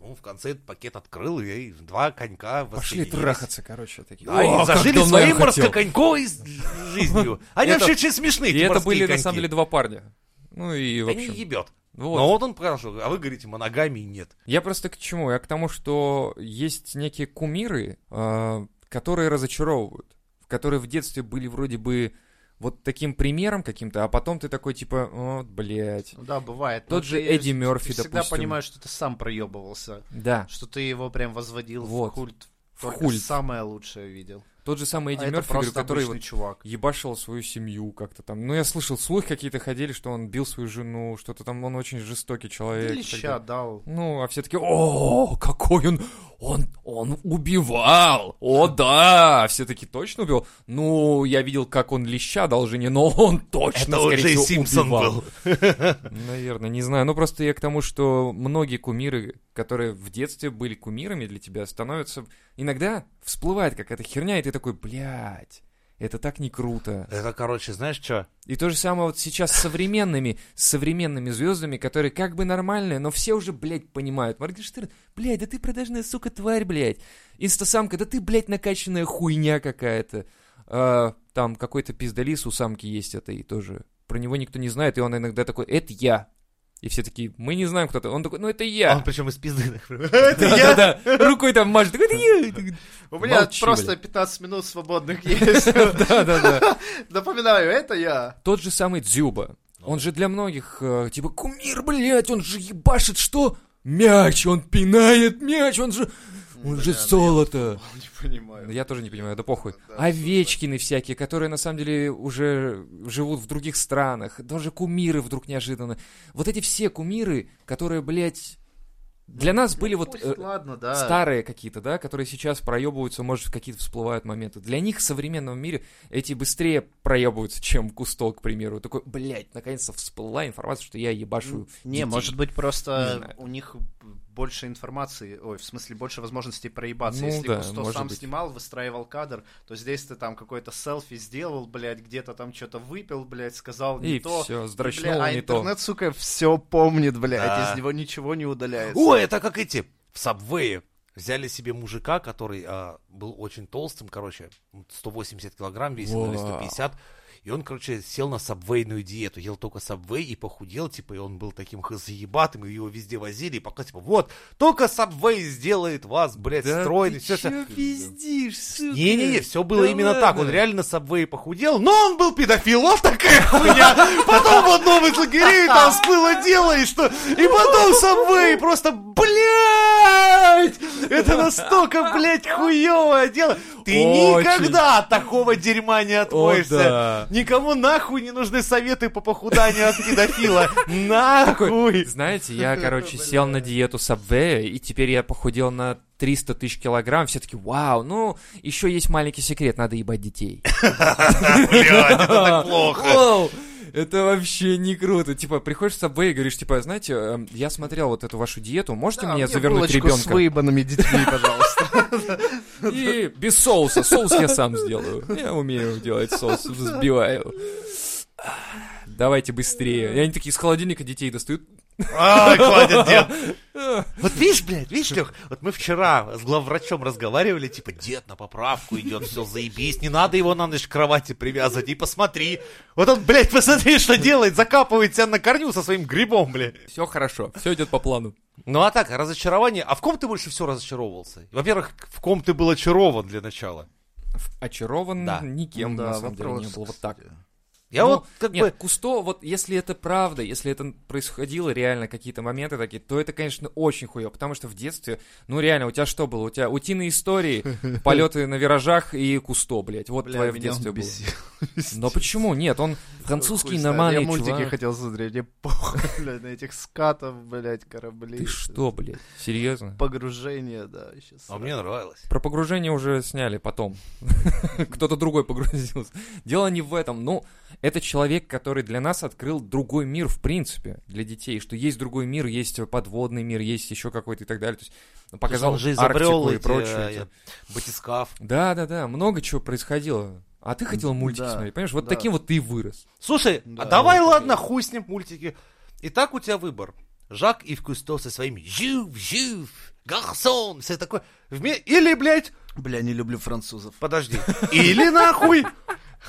[SPEAKER 5] Ну, в конце этот пакет открыл, и два конька
[SPEAKER 3] Пошли
[SPEAKER 5] воссоединились.
[SPEAKER 3] трахаться, короче, такие.
[SPEAKER 5] Да,
[SPEAKER 3] О,
[SPEAKER 5] и
[SPEAKER 3] как
[SPEAKER 5] зажили
[SPEAKER 3] давно
[SPEAKER 5] своей
[SPEAKER 3] я хотел.
[SPEAKER 5] морскоконьковой с- жизнью. Они
[SPEAKER 3] Это-
[SPEAKER 5] вообще очень смешные,
[SPEAKER 3] И
[SPEAKER 5] эти
[SPEAKER 3] это
[SPEAKER 5] морские
[SPEAKER 3] были, на
[SPEAKER 5] коньки.
[SPEAKER 3] самом деле, два парня. Ну и, в
[SPEAKER 5] Да не
[SPEAKER 3] общем,
[SPEAKER 5] ебет.
[SPEAKER 3] вот.
[SPEAKER 5] Но вот он показал, что, а вы говорите, моногамии нет.
[SPEAKER 3] Я просто к чему? Я к тому, что есть некие кумиры, э, которые разочаровывают, которые в детстве были вроде бы вот таким примером каким-то, а потом ты такой, типа, вот, блядь.
[SPEAKER 1] Ну Да, бывает.
[SPEAKER 3] Тот
[SPEAKER 1] Ну,
[SPEAKER 3] же
[SPEAKER 1] ты-
[SPEAKER 3] Эдди Мерфи,
[SPEAKER 1] ты всегда
[SPEAKER 3] допустим.
[SPEAKER 1] понимаешь, что ты сам проебывался.
[SPEAKER 3] Да,
[SPEAKER 1] Что ты его прям возводил
[SPEAKER 3] Вот.
[SPEAKER 1] в культ.
[SPEAKER 3] в
[SPEAKER 1] Только
[SPEAKER 3] культ.
[SPEAKER 1] самое лучшее видел.
[SPEAKER 3] Тот же самый Эдди
[SPEAKER 1] а это
[SPEAKER 3] Мерфи, говорю,
[SPEAKER 1] просто
[SPEAKER 3] который
[SPEAKER 1] обычный
[SPEAKER 3] вот
[SPEAKER 1] чувак.
[SPEAKER 3] ебашил свою семью как-то там. Ну, я слышал, слухи какие-то ходили, что он бил свою жену, что-то там, он очень жестокий человек. и так
[SPEAKER 1] Леща дал.
[SPEAKER 3] Ну, а все таки о, какой он, он, он убивал, о да, все таки точно убил. Ну, я видел, как он леща дал жене, но он точно, скорее
[SPEAKER 5] Это вот Джей
[SPEAKER 3] всего,
[SPEAKER 5] Симпсон
[SPEAKER 3] убивал.
[SPEAKER 5] был.
[SPEAKER 3] Наверное, не знаю, ну просто я к тому, что многие кумиры, которые в детстве были кумирами для тебя, становятся, иногда всплывает какая-то херня, и ты такой, блядь, это так не круто.
[SPEAKER 5] Это, короче, знаешь что?
[SPEAKER 3] И то же самое вот сейчас с современными, с современными звездами, которые как бы нормальные, но все уже, блядь, понимают. Моргенштерн, блядь, да ты продажная, сука, тварь, блядь. Инстасамка, да ты, блядь, накачанная хуйня какая-то. А, там какой-то пиздолис у самки есть это и тоже. Про него никто не знает, и он иногда такой, это я. И все такие, мы не знаем, кто ты. Он такой, ну это я.
[SPEAKER 5] А Он причем из пизды. например.
[SPEAKER 3] Да-да-да. Рукой там машет, такой, это я.
[SPEAKER 1] У меня
[SPEAKER 3] Молчи,
[SPEAKER 1] просто
[SPEAKER 3] блядь.
[SPEAKER 1] 15 минут свободных есть.
[SPEAKER 3] Да-да-да.
[SPEAKER 1] Напоминаю, это я.
[SPEAKER 3] Тот же самый Дзюба.
[SPEAKER 1] Ну
[SPEAKER 3] Он же для многих, э, типа, кумир, блядь, он же ебашит, что? Мяч, он пинает мяч, он же... Он же золото.
[SPEAKER 1] Не понимаю.
[SPEAKER 3] Я тоже не понимаю, да похуй. А
[SPEAKER 1] Да,
[SPEAKER 3] Овечкины всякие, которые на самом деле уже живут в других странах. Даже кумиры вдруг неожиданно. Вот эти все кумиры, которые, блядь, для нас были вот...
[SPEAKER 1] Пусть,
[SPEAKER 3] э,
[SPEAKER 1] Ладно, да.
[SPEAKER 3] старые какие-то, да, которые сейчас проебываются, может, какие-то всплывают моменты. Для них в современном мире эти быстрее проебываются, чем Кусто, к примеру. Такой, блядь, наконец-то всплыла информация, что я ебашу
[SPEAKER 1] Не, может быть,
[SPEAKER 3] Не
[SPEAKER 1] просто
[SPEAKER 3] знаю.
[SPEAKER 1] у них больше информации, ой, в смысле, больше возможностей проебаться.
[SPEAKER 3] Ну
[SPEAKER 1] Если
[SPEAKER 3] да,
[SPEAKER 1] Кусто
[SPEAKER 3] может
[SPEAKER 1] сам
[SPEAKER 3] быть.
[SPEAKER 1] снимал, выстраивал кадр, то здесь ты там какое-то селфи сделал, блядь, где-то там что-то выпил, блядь, сказал не
[SPEAKER 3] И
[SPEAKER 1] то.
[SPEAKER 3] все,
[SPEAKER 1] И, бля,
[SPEAKER 3] здрачнул
[SPEAKER 1] а
[SPEAKER 3] не
[SPEAKER 1] интернет, сука, все помнит, блядь,
[SPEAKER 5] Да.
[SPEAKER 1] из него ничего не удаляется.
[SPEAKER 5] О, это как эти в сабвее. Взяли себе мужика, который а, был очень толстым, короче, 180 килограмм весил, или
[SPEAKER 3] Вау.
[SPEAKER 5] 150. И он, короче, сел на сабвейную диету, ел только сабвей и похудел, типа, и он был таким х- заебатым, и его везде возили, и пока, типа, вот, только сабвей сделает вас, блядь, стройный, все, всё.
[SPEAKER 3] пиздишь, сука?
[SPEAKER 5] Не-не-не, все было
[SPEAKER 3] Да
[SPEAKER 5] именно так. Он
[SPEAKER 3] ладно.
[SPEAKER 5] реально сабвей похудел, но он был педофил. Вот такая хуйня. Потом в одном из лагерей там всплыло дело, и что... И потом сабвей просто, блядь! Это настолько, блядь, хуевое дело. Ты
[SPEAKER 3] Очень.
[SPEAKER 5] никогда от такого дерьма не отмоешься.
[SPEAKER 3] да.
[SPEAKER 5] Никому нахуй не нужны советы по похуданию от педофила. Нахуй.
[SPEAKER 3] Знаете, я, короче, сел на диету Subway, и теперь я похудел на 300 тысяч килограмм. Все таки вау, ну, еще есть маленький секрет, надо ебать детей.
[SPEAKER 2] Блядь, это так плохо.
[SPEAKER 3] Вау, это вообще не круто. Типа, приходишь в Subway и говоришь, типа, знаете, эм, я смотрел вот эту вашу диету, можете
[SPEAKER 1] Да,
[SPEAKER 3] мне
[SPEAKER 1] А, мне
[SPEAKER 3] завернуть
[SPEAKER 1] булочку с
[SPEAKER 3] ребенка?
[SPEAKER 1] выебанными детьми, пожалуйста.
[SPEAKER 3] И без соуса. Соус я сам сделаю. Я умею делать соус, взбиваю. Давайте быстрее. И они такие из холодильника детей достают.
[SPEAKER 2] Ай, хватит, дед.
[SPEAKER 5] Вот видишь, блядь, видишь, Лех, вот мы вчера с главврачом разговаривали, типа, дед на поправку идет, все, заебись, не надо его на ночь к кровати привязывать, и посмотри. Вот он, блядь, посмотри, что делает, закапывает тебя на корню со своим грибом, блядь.
[SPEAKER 3] Все хорошо, все идет по плану.
[SPEAKER 5] Ну а так, разочарование, а в ком ты больше всего разочаровывался? Во-первых, в ком ты был очарован для начала?
[SPEAKER 3] Очарован
[SPEAKER 5] Да.
[SPEAKER 3] никем,
[SPEAKER 1] Да,
[SPEAKER 3] на самом деле,
[SPEAKER 1] вопрос,
[SPEAKER 3] не был. Вот так.
[SPEAKER 5] Я
[SPEAKER 3] Ну,
[SPEAKER 5] вот как
[SPEAKER 3] Нет,
[SPEAKER 5] бы...
[SPEAKER 3] Кусто, вот если это правда, если это происходило реально, какие-то моменты такие, то это, конечно, очень хуево, потому что в детстве, ну реально, у тебя что было? У тебя утиные истории, полеты на виражах и кусто, блядь. Вот
[SPEAKER 1] Бля,
[SPEAKER 3] твое в
[SPEAKER 1] меня
[SPEAKER 3] детстве
[SPEAKER 1] он
[SPEAKER 3] было.
[SPEAKER 1] бесил.
[SPEAKER 3] Но почему? Нет, он
[SPEAKER 1] Хуй
[SPEAKER 3] французский
[SPEAKER 1] знает,
[SPEAKER 3] нормальный
[SPEAKER 1] Я мультики
[SPEAKER 3] чувак.
[SPEAKER 1] хотел смотреть, мне похуй, блядь, на этих скатов, блядь, кораблей.
[SPEAKER 3] Ты что, блядь? Серьезно?
[SPEAKER 1] Погружение, да, сейчас.
[SPEAKER 5] А мне нравилось.
[SPEAKER 3] Про погружение уже сняли потом. Кто-то другой погрузился. Дело не в этом. Ну, это человек, который для нас открыл другой мир, в принципе, для детей. Что есть другой мир, есть подводный мир, есть еще какой-то и так далее. То есть, ну, показал
[SPEAKER 5] Он же
[SPEAKER 3] Арктику
[SPEAKER 5] изобрел
[SPEAKER 3] и
[SPEAKER 5] эти,
[SPEAKER 3] прочее. типа.
[SPEAKER 5] э, батискаф.
[SPEAKER 3] Да-да-да, много чего происходило. А ты хотел мультики
[SPEAKER 1] Да,
[SPEAKER 3] смотреть, понимаешь? Вот
[SPEAKER 1] да.
[SPEAKER 3] таким вот ты и вырос.
[SPEAKER 5] Слушай,
[SPEAKER 1] Да,
[SPEAKER 5] а давай,
[SPEAKER 1] вот
[SPEAKER 5] ладно,
[SPEAKER 1] такие.
[SPEAKER 5] хуй с ним мультики. Итак, у тебя выбор. Жак и Кусто со своими «Жив, жив, гарсон», все такое. Вме- Или, блядь,
[SPEAKER 1] Бля, не люблю французов.
[SPEAKER 5] подожди, или нахуй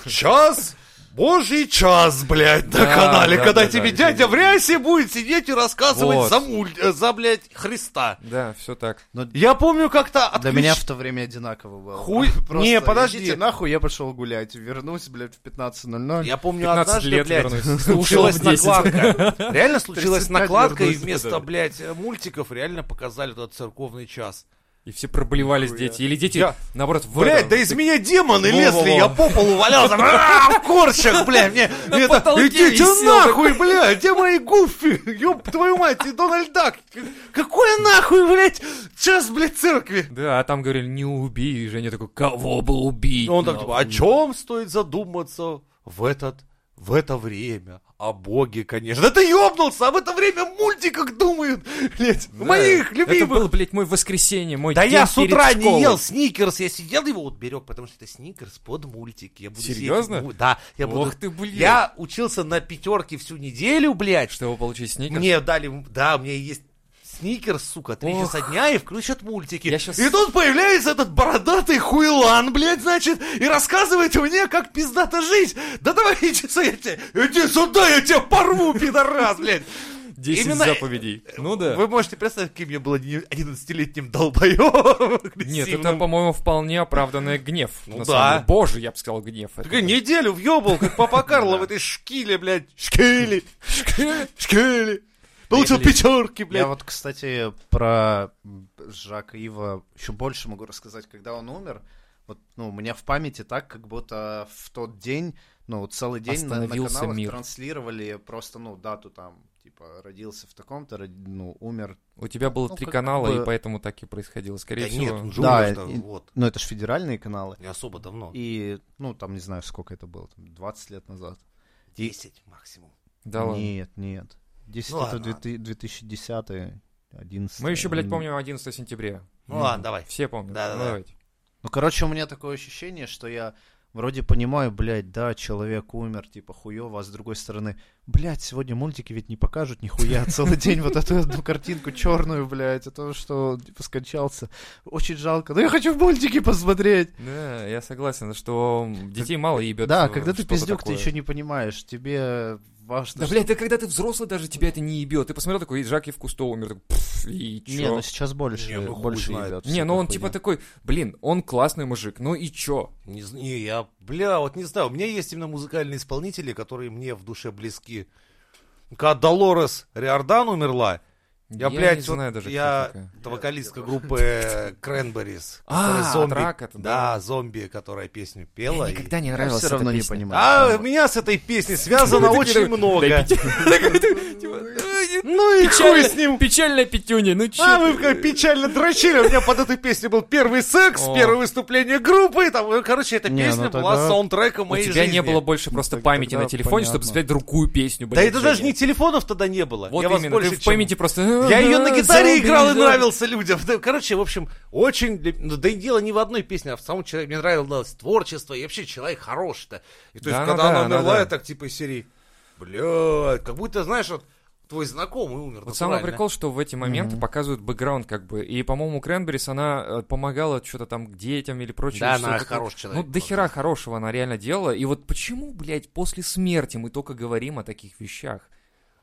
[SPEAKER 5] час, божий час, блядь, на
[SPEAKER 3] Да,
[SPEAKER 5] канале,
[SPEAKER 3] да,
[SPEAKER 5] когда
[SPEAKER 3] да,
[SPEAKER 5] тебе
[SPEAKER 3] да,
[SPEAKER 5] дядя
[SPEAKER 3] да.
[SPEAKER 5] в рясе будет сидеть и рассказывать
[SPEAKER 3] Вот.
[SPEAKER 5] за, муль- э, за, блядь, Христа.
[SPEAKER 3] Да, все так.
[SPEAKER 5] Я помню, как-то
[SPEAKER 1] Для
[SPEAKER 5] отключ-
[SPEAKER 1] меня в то время одинаково было.
[SPEAKER 5] Хуй-
[SPEAKER 1] Просто
[SPEAKER 5] Не, подожди.
[SPEAKER 1] идите нахуй, я пошел гулять. Вернусь, блядь, в 15.00.
[SPEAKER 5] Я помню
[SPEAKER 3] 15
[SPEAKER 5] однажды,
[SPEAKER 3] лет
[SPEAKER 5] блядь,
[SPEAKER 3] вернусь.
[SPEAKER 5] случилась
[SPEAKER 3] Ушел в 10.
[SPEAKER 5] накладка. Реально случилась
[SPEAKER 1] 35
[SPEAKER 5] накладка, и
[SPEAKER 1] вернусь.
[SPEAKER 5] вместо, блядь, мультиков реально показали тот церковный час.
[SPEAKER 3] И все проблевались дети. Или дети,
[SPEAKER 5] Я-
[SPEAKER 3] наоборот, в
[SPEAKER 5] Блядь,
[SPEAKER 3] этом.
[SPEAKER 5] да из меня демоны
[SPEAKER 3] Во-во-во.
[SPEAKER 5] лезли, я по полу валялся, а, в корчах, блядь, мне
[SPEAKER 3] На
[SPEAKER 5] мне это,
[SPEAKER 3] потолке
[SPEAKER 5] идите
[SPEAKER 3] висел
[SPEAKER 5] нахуй, блядь, где мои гуфи, ёб твою мать, и Дональд Дак, какое нахуй, блядь, час, блядь, церкви.
[SPEAKER 3] Да, а там говорили, не убей. И Женя такой, кого бы убить?
[SPEAKER 5] Он так,
[SPEAKER 3] нахуй?»
[SPEAKER 5] типа, о чем стоит задуматься в этот, в это время? О боге, конечно. Да ты ёбнулся, а в это время в мультиках думают, блядь,
[SPEAKER 3] Да.
[SPEAKER 5] моих
[SPEAKER 3] Это
[SPEAKER 5] любимых.
[SPEAKER 3] было, блядь, мой воскресенье, мой
[SPEAKER 5] Да
[SPEAKER 3] день
[SPEAKER 5] я с
[SPEAKER 3] перед
[SPEAKER 5] утра не
[SPEAKER 3] школой.
[SPEAKER 5] ел сникерс, я сидел его вот берег, потому что это сникерс под мультики. Я буду сидеть-
[SPEAKER 3] Серьезно?
[SPEAKER 5] Ну, да, я буду.
[SPEAKER 3] Ох ты, блядь.
[SPEAKER 5] Я учился на пятерке всю неделю, блядь.
[SPEAKER 3] Чтобы получить сникерс?
[SPEAKER 5] Мне дали, да, мне есть сникерс, сука, три
[SPEAKER 3] Ох.
[SPEAKER 5] часа дня и включат мультики.
[SPEAKER 3] Я щас-
[SPEAKER 5] И тут появляется этот бородатый хуйлан, блядь, значит, и рассказывает мне, как пиздато жить. Да давай иди, сюда, я тебя- иди сюда, я тебя порву, пидорас, блядь.
[SPEAKER 3] 10
[SPEAKER 5] именно- э,
[SPEAKER 3] заповедей. Ну да.
[SPEAKER 5] Вы можете представить, каким я был 11-летним долбоёбом.
[SPEAKER 3] Нет,
[SPEAKER 5] агрессивным.
[SPEAKER 3] это, по-моему, вполне оправданный гнев.
[SPEAKER 5] Ну
[SPEAKER 3] на
[SPEAKER 5] да.
[SPEAKER 3] самом деле. Боже, я бы сказал, гнев. Это
[SPEAKER 5] Такой неделю въебал, как папа Карло в этой шкиле, блядь. Шкили, шкили. Получил
[SPEAKER 1] Блин.
[SPEAKER 5] пятерки,
[SPEAKER 1] Я
[SPEAKER 5] блядь.
[SPEAKER 1] вот, кстати, про Жака Ива еще больше могу рассказать, когда он умер. Вот, ну, у меня в памяти так, как будто в тот день, ну, целый день на- на,
[SPEAKER 3] Остановился
[SPEAKER 1] каналах
[SPEAKER 3] мир.
[SPEAKER 1] транслировали просто, ну, дату там, типа, родился в таком-то, род- ну, умер.
[SPEAKER 3] У тебя было
[SPEAKER 1] Ну,
[SPEAKER 3] три
[SPEAKER 1] как
[SPEAKER 3] канала,
[SPEAKER 1] бы-
[SPEAKER 3] и поэтому так и происходило. Скорее
[SPEAKER 5] Да
[SPEAKER 3] всего.
[SPEAKER 5] нет, он же
[SPEAKER 1] Да,
[SPEAKER 5] умер, да,
[SPEAKER 1] и-
[SPEAKER 5] вот.
[SPEAKER 1] Ну, это же федеральные каналы.
[SPEAKER 5] Не особо давно.
[SPEAKER 1] И, ну, там, не знаю, сколько это было, там, 20 лет назад.
[SPEAKER 5] 10 максимум.
[SPEAKER 3] Да ладно.
[SPEAKER 1] Нет, нет. 10
[SPEAKER 5] Ну
[SPEAKER 1] это
[SPEAKER 5] ладно.
[SPEAKER 1] 2010 11
[SPEAKER 3] Мы еще, блядь, помним 11 сентября.
[SPEAKER 5] Ну ладно, давай.
[SPEAKER 3] Все помнят.
[SPEAKER 5] Да-да-да.
[SPEAKER 3] Ну, давайте.
[SPEAKER 1] Ну, короче, у меня такое ощущение, что я Вроде понимаю, блядь, да, человек умер, типа, хуёво, а с другой стороны, блядь, сегодня мультики ведь не покажут нихуя, целый день вот эту одну картинку черную, блядь, а то, что, типа, скончался. Очень жалко, но я хочу в мультики посмотреть.
[SPEAKER 3] Да, я согласен, что детей мало ебет. э,
[SPEAKER 1] Да, когда ты пиздюк, ты еще не понимаешь, тебе важно...
[SPEAKER 3] Да, блядь, да когда ты взрослый, даже тебя это не ебет. Ты посмотрел такой, и Жак Евкусто умер, такой, пф, и чё?
[SPEAKER 1] Не, ну сейчас больше,
[SPEAKER 5] Не, ну хуй
[SPEAKER 1] больше
[SPEAKER 5] знает.
[SPEAKER 1] ебёт
[SPEAKER 3] Не, ну
[SPEAKER 1] всякой
[SPEAKER 3] он типа
[SPEAKER 1] хуйня.
[SPEAKER 3] такой, блин, он классный мужик, ну и чё?
[SPEAKER 5] Не, зн- не, я, бля, вот не знаю. У меня есть именно музыкальные исполнители, которые мне в душе близки. Когда Долорес Риордан умерла, я, блядь,
[SPEAKER 3] не
[SPEAKER 5] вот
[SPEAKER 3] знаю даже, кто
[SPEAKER 5] я
[SPEAKER 3] такая.
[SPEAKER 5] это вокалистка группы Кренберис.
[SPEAKER 3] А,
[SPEAKER 5] которая
[SPEAKER 3] от
[SPEAKER 5] зомби.
[SPEAKER 3] рака это, да.
[SPEAKER 5] Да, зомби, которая песню пела. и-
[SPEAKER 3] Никогда не
[SPEAKER 1] Я
[SPEAKER 3] нравилась
[SPEAKER 1] все равно
[SPEAKER 3] эта
[SPEAKER 1] не
[SPEAKER 3] песня.
[SPEAKER 1] понимаю.
[SPEAKER 5] А меня с этой песней связано очень много. Ну и хуй
[SPEAKER 3] Печально-
[SPEAKER 5] с ним.
[SPEAKER 3] Печальная пятюня, ну
[SPEAKER 5] А
[SPEAKER 3] чё?
[SPEAKER 5] вы как печально дрочили. У меня под этой песней был первый секс,
[SPEAKER 3] О.
[SPEAKER 5] первое выступление группы. Там, ну, короче, эта
[SPEAKER 1] Не, ну
[SPEAKER 5] песня была
[SPEAKER 1] тогда
[SPEAKER 5] саундтреком
[SPEAKER 3] У
[SPEAKER 5] моей
[SPEAKER 3] тебя
[SPEAKER 5] жизни.
[SPEAKER 3] не было больше просто
[SPEAKER 1] тогда
[SPEAKER 3] памяти на телефоне, чтобы
[SPEAKER 1] понятно.
[SPEAKER 3] записать другую песню,
[SPEAKER 5] Да
[SPEAKER 3] блядь,
[SPEAKER 5] это даже
[SPEAKER 3] Женя.
[SPEAKER 5] не телефонов тогда не было.
[SPEAKER 3] Вот
[SPEAKER 5] я вас
[SPEAKER 3] именно,
[SPEAKER 5] больше
[SPEAKER 3] ты в
[SPEAKER 5] чем-
[SPEAKER 3] памяти просто...
[SPEAKER 5] Я ее на гитаре
[SPEAKER 3] «Зомби,
[SPEAKER 5] играл и
[SPEAKER 3] зомби».
[SPEAKER 5] нравился людям. Да, Короче, в общем, очень... для- ну, Да и дело не в одной песне, а в самом человеке. Мне нравилось творчество, и вообще человек хороший-то. И то есть,
[SPEAKER 3] Да, ну
[SPEAKER 5] когда
[SPEAKER 3] да,
[SPEAKER 5] она
[SPEAKER 3] да,
[SPEAKER 5] умерла,
[SPEAKER 3] да.
[SPEAKER 5] я так типа из серии... Блядь, как будто, знаешь, вот твой знакомый умер
[SPEAKER 3] Вот самый
[SPEAKER 5] натурально».
[SPEAKER 3] прикол, что в эти моменты показывают бэкграунд как бы. И, по-моему, Кренберис, она э, помогала что-то там к детям или прочее.
[SPEAKER 5] Да,
[SPEAKER 3] что-то
[SPEAKER 5] она
[SPEAKER 3] такое.
[SPEAKER 5] хороший человек.
[SPEAKER 3] Ну, до хера хорошего она реально делала. И вот почему, блядь, после смерти мы только говорим о таких вещах?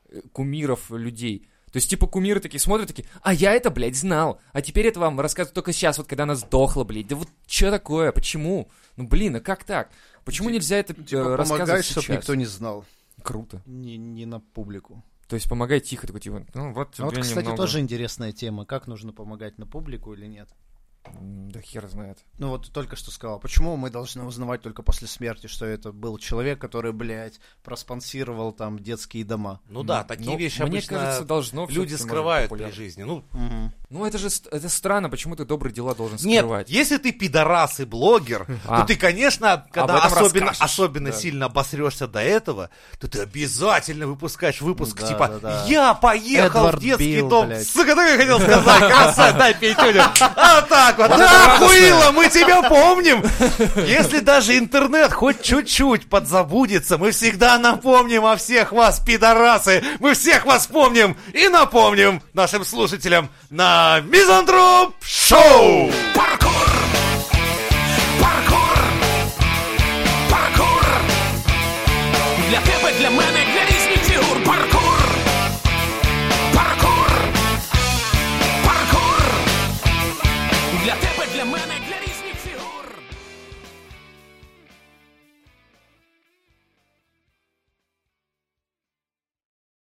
[SPEAKER 3] Э, Кумиров людей. То есть, типа, кумиры такие смотрят, такие, а я это, блядь, знал. А теперь это вам рассказывают только сейчас, вот когда она сдохла, блядь. Да вот что такое? Почему? Ну, блин, а как так? Почему нельзя это э,
[SPEAKER 1] Типа,
[SPEAKER 3] рассказывать
[SPEAKER 1] помогаешь, чтобы
[SPEAKER 3] сейчас?
[SPEAKER 1] никто не знал.
[SPEAKER 3] Круто.
[SPEAKER 1] Не, не на публику.
[SPEAKER 3] То есть, помогай тихо, такой, типа, ну, вот тебе
[SPEAKER 1] А вот, кстати,
[SPEAKER 3] немного».
[SPEAKER 1] тоже интересная тема. Как нужно помогать на публику или нет?
[SPEAKER 3] М, Да хер знает.
[SPEAKER 1] Ну вот ты только что сказал, почему мы должны узнавать только после смерти, что это был человек, который, блядь, проспонсировал там детские дома.
[SPEAKER 5] Ну да, такие
[SPEAKER 3] Ну,
[SPEAKER 5] вещи
[SPEAKER 3] мне
[SPEAKER 5] обычно
[SPEAKER 3] кажется, должно
[SPEAKER 5] люди
[SPEAKER 3] всё-таки, может,
[SPEAKER 5] скрывают
[SPEAKER 3] популярно.
[SPEAKER 5] при жизни. Ну,
[SPEAKER 3] Ну это же ст- это странно, почему ты добрые дела должен
[SPEAKER 5] Нет,
[SPEAKER 3] скрывать?
[SPEAKER 5] если ты пидорас и блогер,
[SPEAKER 3] А.
[SPEAKER 5] то ты, конечно, когда
[SPEAKER 3] этом
[SPEAKER 5] особенно,
[SPEAKER 3] расскажешь.
[SPEAKER 5] особенно
[SPEAKER 3] Да.
[SPEAKER 5] сильно обосрешься до этого, то ты обязательно выпускаешь выпуск
[SPEAKER 1] Да,
[SPEAKER 5] типа
[SPEAKER 1] да, да.
[SPEAKER 5] «Я поехал
[SPEAKER 1] Эдвард
[SPEAKER 5] в детский
[SPEAKER 1] Билл,
[SPEAKER 5] дом».
[SPEAKER 1] блядь.
[SPEAKER 5] Сука, так я хотел сказать, красота, Петюня. А так вот, да, хуила, мы тебя помним. Если даже интернет хоть чуть-чуть подзабудется, мы всегда напомним о всех вас, пидорасы. Мы всех вас помним и напомним нашим слушателям на Мизантроп Шоу.
[SPEAKER 4] Паркур!